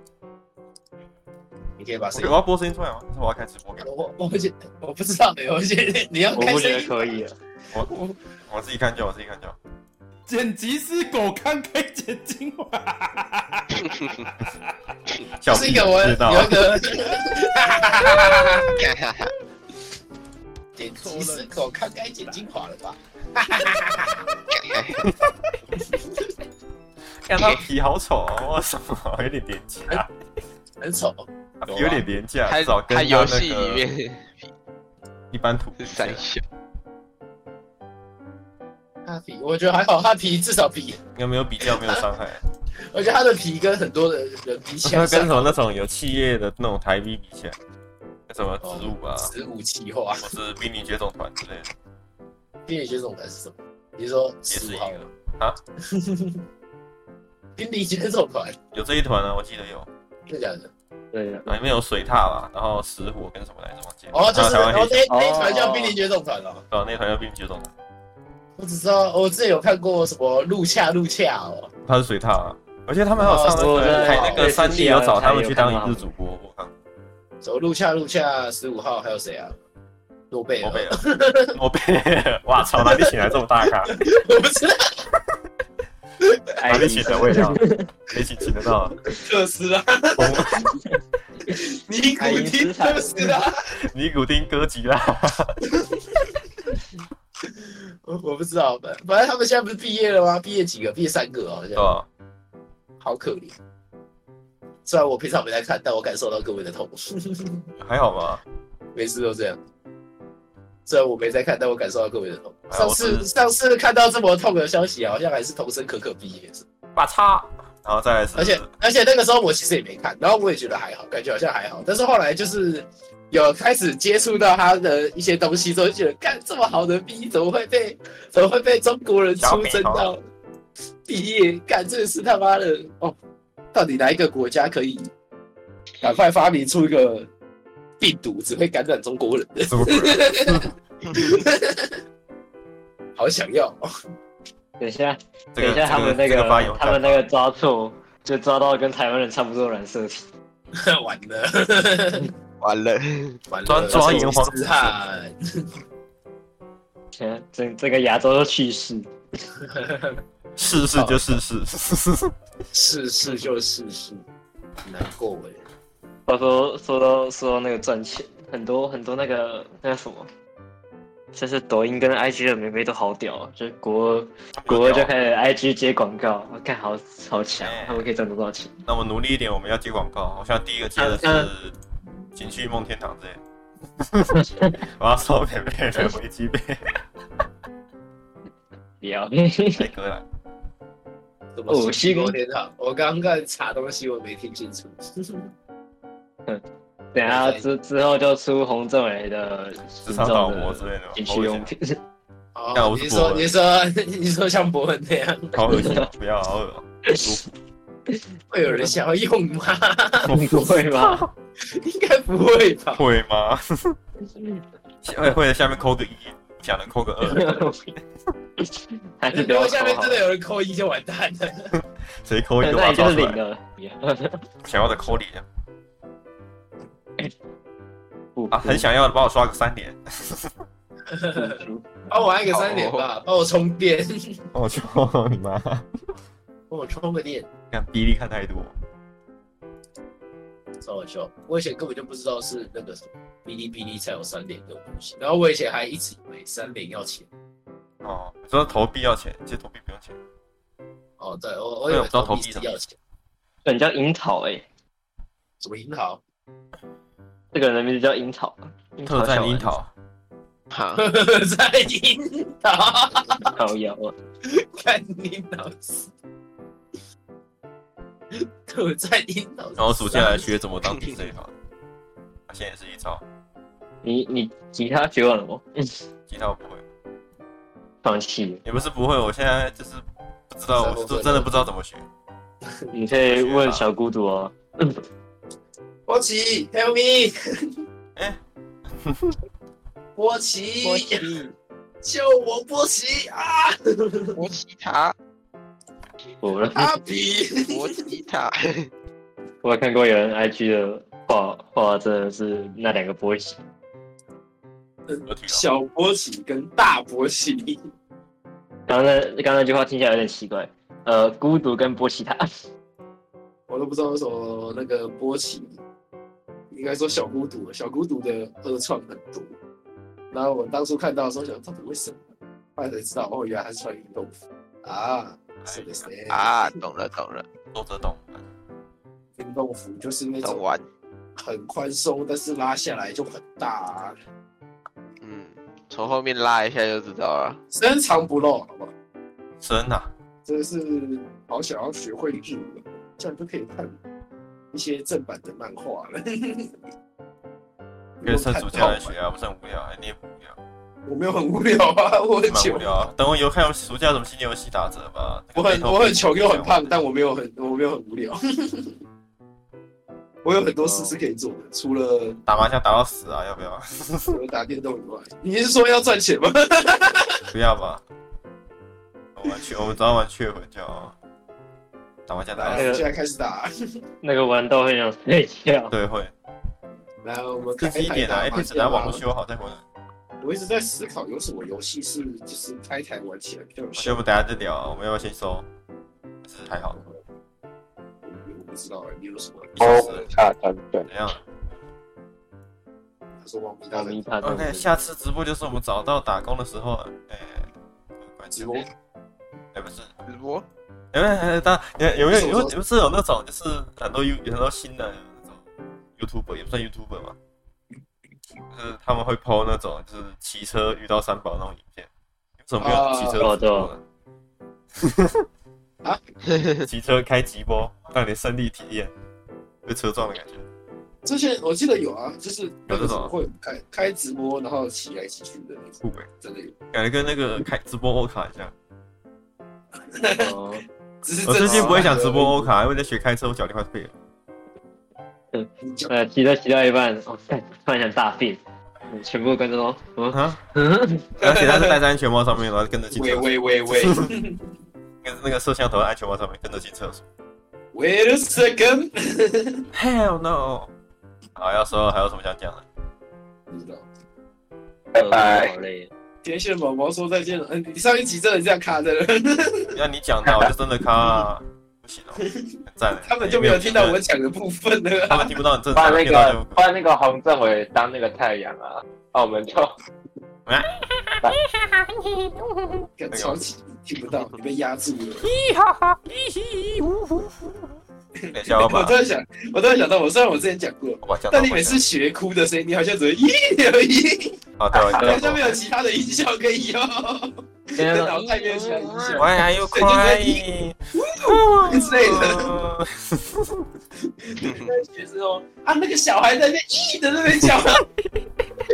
Speaker 4: 你可以把声
Speaker 1: 我
Speaker 4: 音
Speaker 1: 我。要播声音出来吗？还是我要开直播给
Speaker 4: 我我不觉我不知道哎、我觉得你要
Speaker 5: 我
Speaker 4: 开
Speaker 5: 不
Speaker 4: 声
Speaker 5: 觉得
Speaker 4: 音，
Speaker 5: 可以啊，
Speaker 1: 我自己看就好，我自己看就好。
Speaker 7: 剪辑师狗看可以剪精华，
Speaker 1: 小
Speaker 4: 是一个我
Speaker 1: 知道啊
Speaker 4: 有一个 剪辑师口看该剪精华了吧？
Speaker 1: 看他皮好丑哦，我什么有点廉价，
Speaker 4: 很丑，
Speaker 1: 他皮有点廉价，
Speaker 3: 他
Speaker 1: 至少跟
Speaker 3: 他
Speaker 1: 他
Speaker 3: 游
Speaker 1: 那
Speaker 3: 戏里
Speaker 1: 个
Speaker 3: 面
Speaker 1: 一般图
Speaker 3: 是三小，
Speaker 4: 他皮我觉得还好，他皮至少比
Speaker 1: 应该没有比较，没有伤 害。
Speaker 4: 我觉得他的皮跟很多的人比起来
Speaker 1: 跟
Speaker 4: 算
Speaker 1: 什么那种有企业的那种台 V 比起来，跟什么植物啊，
Speaker 4: 十五气化，
Speaker 1: 或是兵临绝种团之类的，
Speaker 4: 冰雪绝种团是什么？你说
Speaker 1: 也是
Speaker 4: 十
Speaker 1: 一
Speaker 4: 五号
Speaker 1: 个
Speaker 4: 冰雪绝种团，
Speaker 1: 有这一团啊呢，我记得有，
Speaker 4: 真的假的？
Speaker 5: 对啊，
Speaker 1: 然后里面有水獭吧，然后石虎跟什么来着忘记了。
Speaker 4: 哦，就是
Speaker 1: 还有啊台
Speaker 4: 哦
Speaker 1: 湾黑
Speaker 4: 那那一团叫
Speaker 5: 哦
Speaker 4: 冰雪绝种团哦。
Speaker 1: 哦，那团叫兵临绝种团，
Speaker 4: 我只知道我之前有看过什么陆恰陆恰哦，
Speaker 1: 它是水獭啊。而且他们还有上那
Speaker 5: 哦
Speaker 1: 个
Speaker 5: 对
Speaker 1: 台那个三 D 有找他们去当一
Speaker 5: 对
Speaker 1: 日主播，我看过
Speaker 4: 什么陆恰陆恰十五号还有谁啊？诺贝尔，
Speaker 1: 诺贝尔，诺贝尔，哇操，哪里请来这么大 咖？
Speaker 4: 我不知道，
Speaker 1: 哪
Speaker 5: 爱
Speaker 1: 里
Speaker 5: 迪
Speaker 1: 请
Speaker 5: 生
Speaker 1: 的味道？哪里请请得到啊？
Speaker 4: 特 斯拉，尼古丁啊特斯拉，
Speaker 1: 尼古丁哥吉拉，
Speaker 4: 我我不知道，反反正他们现在不是毕业了吗？毕业几个？毕业三个好
Speaker 1: 对
Speaker 4: 像，
Speaker 1: 吧？
Speaker 4: 好可怜。虽然我平常没在看，但我感受到各位的痛，
Speaker 1: 还好吧？
Speaker 4: 每次都这样。虽然我没在看，但我感受到各位的痛。
Speaker 1: 哎
Speaker 4: 上
Speaker 1: 我
Speaker 4: 次
Speaker 1: 是
Speaker 4: 上次看到这么痛的消息，好像还是童声可可毕业，
Speaker 1: 把叉，然后再来是，
Speaker 4: 而且而且那个时候我其实也没看，然后我也觉得还好，感觉好像还好。但是后来就是有开始接触到他的一些东西之后，就觉得干这么好的逼怎么会被怎么会被中国人出征
Speaker 1: 哦
Speaker 4: 到毕业？干这个是他妈的哦！到底哪一个国家可以赶快发明出一个病毒只会感染中国人 的？
Speaker 1: 什么鬼？
Speaker 4: 好想要哦！
Speaker 5: 等一下，
Speaker 1: 这
Speaker 5: 等
Speaker 1: 个
Speaker 5: 一下，他们那
Speaker 1: 这个发言，
Speaker 5: 他们那个抓错，就抓到跟台湾人差不多的染色体。
Speaker 4: 完了，
Speaker 3: 完 了，
Speaker 4: 完了，
Speaker 1: 专抓炎黄
Speaker 4: 子汉，
Speaker 5: 天啊，整整个亚洲都去世。
Speaker 1: 试试就试
Speaker 5: 哦
Speaker 1: 啊试，
Speaker 4: 是是就是是，难过哎。
Speaker 5: 话说说到说到那个赚钱，很多很多那个那个什么，就是抖音跟 IG 的妹妹都好屌啊，就是国二国二就开始 IG 接广告，我看好好强啊
Speaker 1: 哎，
Speaker 5: 他们可以赚多少钱？
Speaker 1: 那我们努力一点，我们要接广告。我想第一个接的
Speaker 5: 嗯
Speaker 1: 是景区梦天堂之类 的。我要收免费的维基杯
Speaker 5: 不要，
Speaker 1: 来哥来，
Speaker 4: 怎
Speaker 5: 哦
Speaker 4: 么西
Speaker 5: 西
Speaker 4: 宫
Speaker 5: 宫
Speaker 4: 天堂？我刚刚查东西，我没听清楚。
Speaker 5: 等下之之后就出洪政伟的
Speaker 1: 职
Speaker 5: 行
Speaker 1: 场
Speaker 5: 政
Speaker 1: 导模之
Speaker 5: 的
Speaker 1: 类的，
Speaker 5: 景区用品，
Speaker 1: 那
Speaker 4: 哦，
Speaker 1: 我
Speaker 4: 你
Speaker 1: 是
Speaker 4: 说你说 你说像博文那样，
Speaker 1: 好恶心，不要好恶
Speaker 4: 会有人想要用吗？
Speaker 5: 你不会吗？
Speaker 4: 应该不会吧？
Speaker 1: 会吗？会会在下面扣个一，想的扣个二，
Speaker 5: 还是不
Speaker 4: 如
Speaker 5: 要
Speaker 4: 果下面
Speaker 5: 考好
Speaker 4: 真的有人扣一，就完蛋了。
Speaker 1: 谁扣一
Speaker 5: 对
Speaker 1: 个
Speaker 5: 那
Speaker 1: 把
Speaker 5: 你就
Speaker 1: 抓
Speaker 5: 是
Speaker 1: 出
Speaker 5: 零
Speaker 1: 来，
Speaker 5: 了。
Speaker 1: 想要的扣零
Speaker 5: 不
Speaker 1: 啊，很想要的帮我刷个三连，
Speaker 4: 帮我按个三连吧，帮我充电，
Speaker 5: 哦
Speaker 1: 我 去你妈！
Speaker 4: 帮我充个电。
Speaker 1: 看比例看太多，
Speaker 8: 超好笑。我以前根本就不知道是那个什么哔哩哔哩才有三连这种东西，然后我以前还一直以为三连要钱。
Speaker 1: 哦，你说投币要钱，其实投币不用钱。
Speaker 8: 哦，对，我我
Speaker 1: 对
Speaker 8: 以
Speaker 1: 我
Speaker 8: 为
Speaker 1: 不知道投
Speaker 8: 投
Speaker 1: 币啊
Speaker 8: 币是
Speaker 1: 什么
Speaker 8: 要钱，
Speaker 5: 这人叫樱桃哎、
Speaker 8: 什么银行？
Speaker 5: 这个人的名字叫樱桃，啊樱桃
Speaker 1: 特
Speaker 5: 小
Speaker 1: 战
Speaker 5: 丸
Speaker 1: 樱
Speaker 5: 子
Speaker 1: 桃，
Speaker 3: 哈，
Speaker 8: 在银行，
Speaker 5: 靠腰啊，
Speaker 8: 看你老师，可在银行。
Speaker 1: 然后暑假来学怎么 当 DJ 好了。啊现在也是一招，
Speaker 5: 你你吉他学完了吗？
Speaker 1: 吉他我不会，
Speaker 5: 放弃，
Speaker 1: 也不是不会，我现在就是不知道，我是真的不知道怎么学。
Speaker 5: 你可以
Speaker 1: 啊
Speaker 5: 问小孤独哦。
Speaker 4: 波奇，Help me！
Speaker 1: 哎
Speaker 4: 波奇，
Speaker 3: 波奇，
Speaker 4: 救我！波奇啊，
Speaker 3: 波奇塔，
Speaker 5: 我们
Speaker 4: 阿皮，
Speaker 3: 波奇塔，
Speaker 5: 我有看过有人 IG 的画画，真的是那两个波形，
Speaker 1: 有体了，
Speaker 4: 小波奇跟大波奇，
Speaker 5: 刚刚那刚刚那句话听起来有点奇怪，呃，孤独跟波奇塔，
Speaker 4: 我都不知道为什么那个波奇，应该说小孤独，小孤独的二创很多。然后我当初看到的时候想，到底为什么？后来才知道，哦，原来他是穿运动服啊，是
Speaker 1: 哎
Speaker 4: 的，是的
Speaker 3: 啊，懂了懂了，
Speaker 1: 周泽东，
Speaker 4: 运动服就是那
Speaker 3: 懂
Speaker 4: 种
Speaker 3: 完，
Speaker 4: 很宽松，但是拉下来就很大、啊，
Speaker 3: 嗯，从后面拉一下就知道了。
Speaker 4: 深藏不露，好吧？
Speaker 1: 真的啊，
Speaker 4: 真的是好想要学会日文，这样就可以看一些正版的漫画了。
Speaker 1: 可以趁暑假来学啊，不是很无聊？哎，你也不无聊，
Speaker 4: 我没有很无聊啊，我很
Speaker 1: 蛮
Speaker 4: 穷
Speaker 1: 无，聊啊。等我以后看有暑假有什么新游戏打折吧。
Speaker 4: 我很我很穷又很胖，但我没有很我没有很无聊。 我有很多事是可以做的，除了
Speaker 1: 打麻将打到死啊，要不要？
Speaker 4: 除了打电动以外，你是说要赚钱吗？
Speaker 1: 不要吧。我玩雀，我们早上玩雀魂就好打麻将打到
Speaker 4: 来，
Speaker 1: 死，
Speaker 4: 现在开始打。
Speaker 5: 那个玩到很想睡觉。
Speaker 1: 对会。
Speaker 4: 来，我们
Speaker 1: 这
Speaker 4: 开
Speaker 1: 是一点啊，哎，
Speaker 4: 台打麻
Speaker 1: 电子栏
Speaker 4: 将
Speaker 1: 网络
Speaker 4: 吧。
Speaker 1: 修好再回来。
Speaker 4: 我一直在思考有什么游戏是就是开台玩起来比较有
Speaker 1: 我觉得
Speaker 4: 效
Speaker 1: 我们等一下再聊啊，我们要不要先收？是还好，
Speaker 4: 果。我不知道欸你有什么？
Speaker 1: 一
Speaker 2: 哦
Speaker 1: 小时了
Speaker 6: 哦差三段。
Speaker 1: 怎样？
Speaker 4: 他说王明大
Speaker 5: 猫
Speaker 4: 在
Speaker 5: 咪怕动
Speaker 1: OK，
Speaker 5: 物
Speaker 1: 哦下次直播就是我们找到打工的时候了。哎、关
Speaker 4: 直播。
Speaker 1: 哎，不是，
Speaker 3: 直播
Speaker 1: 哎、哎哎，当然有有没有有没有不是有那种就是很多 U 很多新的那种 YouTuber 也不算 YouTuber 嘛，就是他们会 PO 那种就是骑车遇到三宝那种影片。为什么没有骑车
Speaker 5: 哦
Speaker 1: 直播呢？骑车开直播，让你身体体验被车撞的感觉。
Speaker 4: 之前我记得有啊，就是那
Speaker 1: 有这
Speaker 4: 个什
Speaker 1: 种啊
Speaker 4: 么会开开直播，然后骑来骑去的那种，
Speaker 1: 酷欸
Speaker 4: 真的有。
Speaker 1: 感觉跟那个开直播欧卡一样。
Speaker 5: 哦
Speaker 4: 只 是
Speaker 1: 我最
Speaker 4: 这啊
Speaker 1: 近
Speaker 4: 些
Speaker 1: 不会想直播欧卡，因为在学开车，我脚力快废了。
Speaker 5: 呃，骑到骑到一半，哦，干突然想大便，嗯全部观众都，嗯
Speaker 1: 啊！
Speaker 5: 嗯，
Speaker 1: 而且他是戴在安全帽上面，然后跟着进厕
Speaker 4: 喂
Speaker 1: 所，
Speaker 4: 喂喂喂
Speaker 1: 跟那个摄像头在安全帽上面跟着进厕所。
Speaker 4: ，Wait a second，
Speaker 1: Hell no！好，要说还有什么想讲的？
Speaker 4: 不知道。
Speaker 5: 呃
Speaker 6: 拜拜
Speaker 5: 哦好累，
Speaker 4: 天线宝宝说再见了。嗯，你上一集真的这样卡着了，
Speaker 1: 要你讲的，我就真的卡、不行哦，很赞的。
Speaker 4: 他们就没有听到我讲的部分了
Speaker 1: 他
Speaker 4: 啊。
Speaker 1: 们听不到你正
Speaker 6: 把
Speaker 1: 常，
Speaker 6: 那
Speaker 1: 听到
Speaker 6: 个
Speaker 1: 就
Speaker 6: 把那个洪政委当那个太阳啊，那我们就
Speaker 4: 感觉超级听不到，你被压住了。
Speaker 1: 等一下我把
Speaker 4: 我突然想，我突然想到，我虽然我之前讲过，
Speaker 1: 我把讲到
Speaker 4: 但你每次学哭的声音，你好像只会咦 而已，
Speaker 1: 啊，对，我
Speaker 4: 你好像
Speaker 1: 讲
Speaker 4: 没有其他的音效可以用。
Speaker 5: 现在
Speaker 4: 电
Speaker 5: 都
Speaker 4: 脑太面向音
Speaker 1: 我
Speaker 4: 效
Speaker 1: 还有快
Speaker 4: 之类的， 学之后啊，那个小孩在那边咦的那边叫，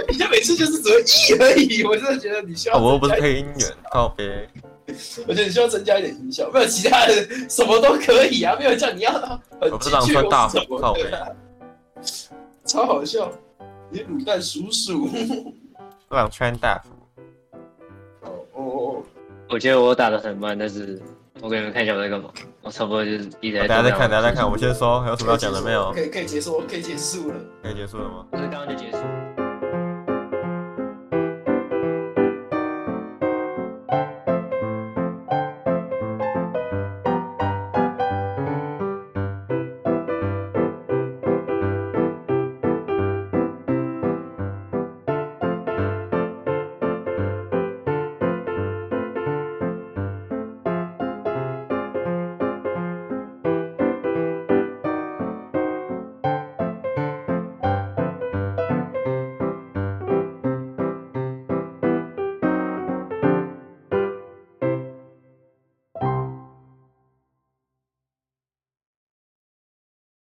Speaker 4: 你就每次就是只会咦而已。我真的觉得你需要，
Speaker 1: 哦我又不是配音员，靠别。
Speaker 4: 我觉得你需要增加一点音效，没有其他的什么都可以啊，没有叫你要很
Speaker 1: 我不是
Speaker 4: 精
Speaker 1: 狼
Speaker 4: 确
Speaker 1: 川大
Speaker 4: 或
Speaker 1: 虎
Speaker 4: 是什，么啊
Speaker 1: 靠
Speaker 4: 的
Speaker 1: 背。
Speaker 4: 超好笑。你卤蛋叔叔，
Speaker 1: 狼川大虎，
Speaker 4: 哦哦哦，
Speaker 5: 我觉得我打的很慢，但是我给你们看一下我在干嘛，我差不多就是一直
Speaker 1: 大家
Speaker 5: 在。
Speaker 1: 再看，大家再看，我们先说，还有什
Speaker 4: 什
Speaker 1: 么要讲的没有
Speaker 4: 可？以可以结束，可以结束了。
Speaker 1: 可以结束了吗？
Speaker 5: 就是刚刚就结束。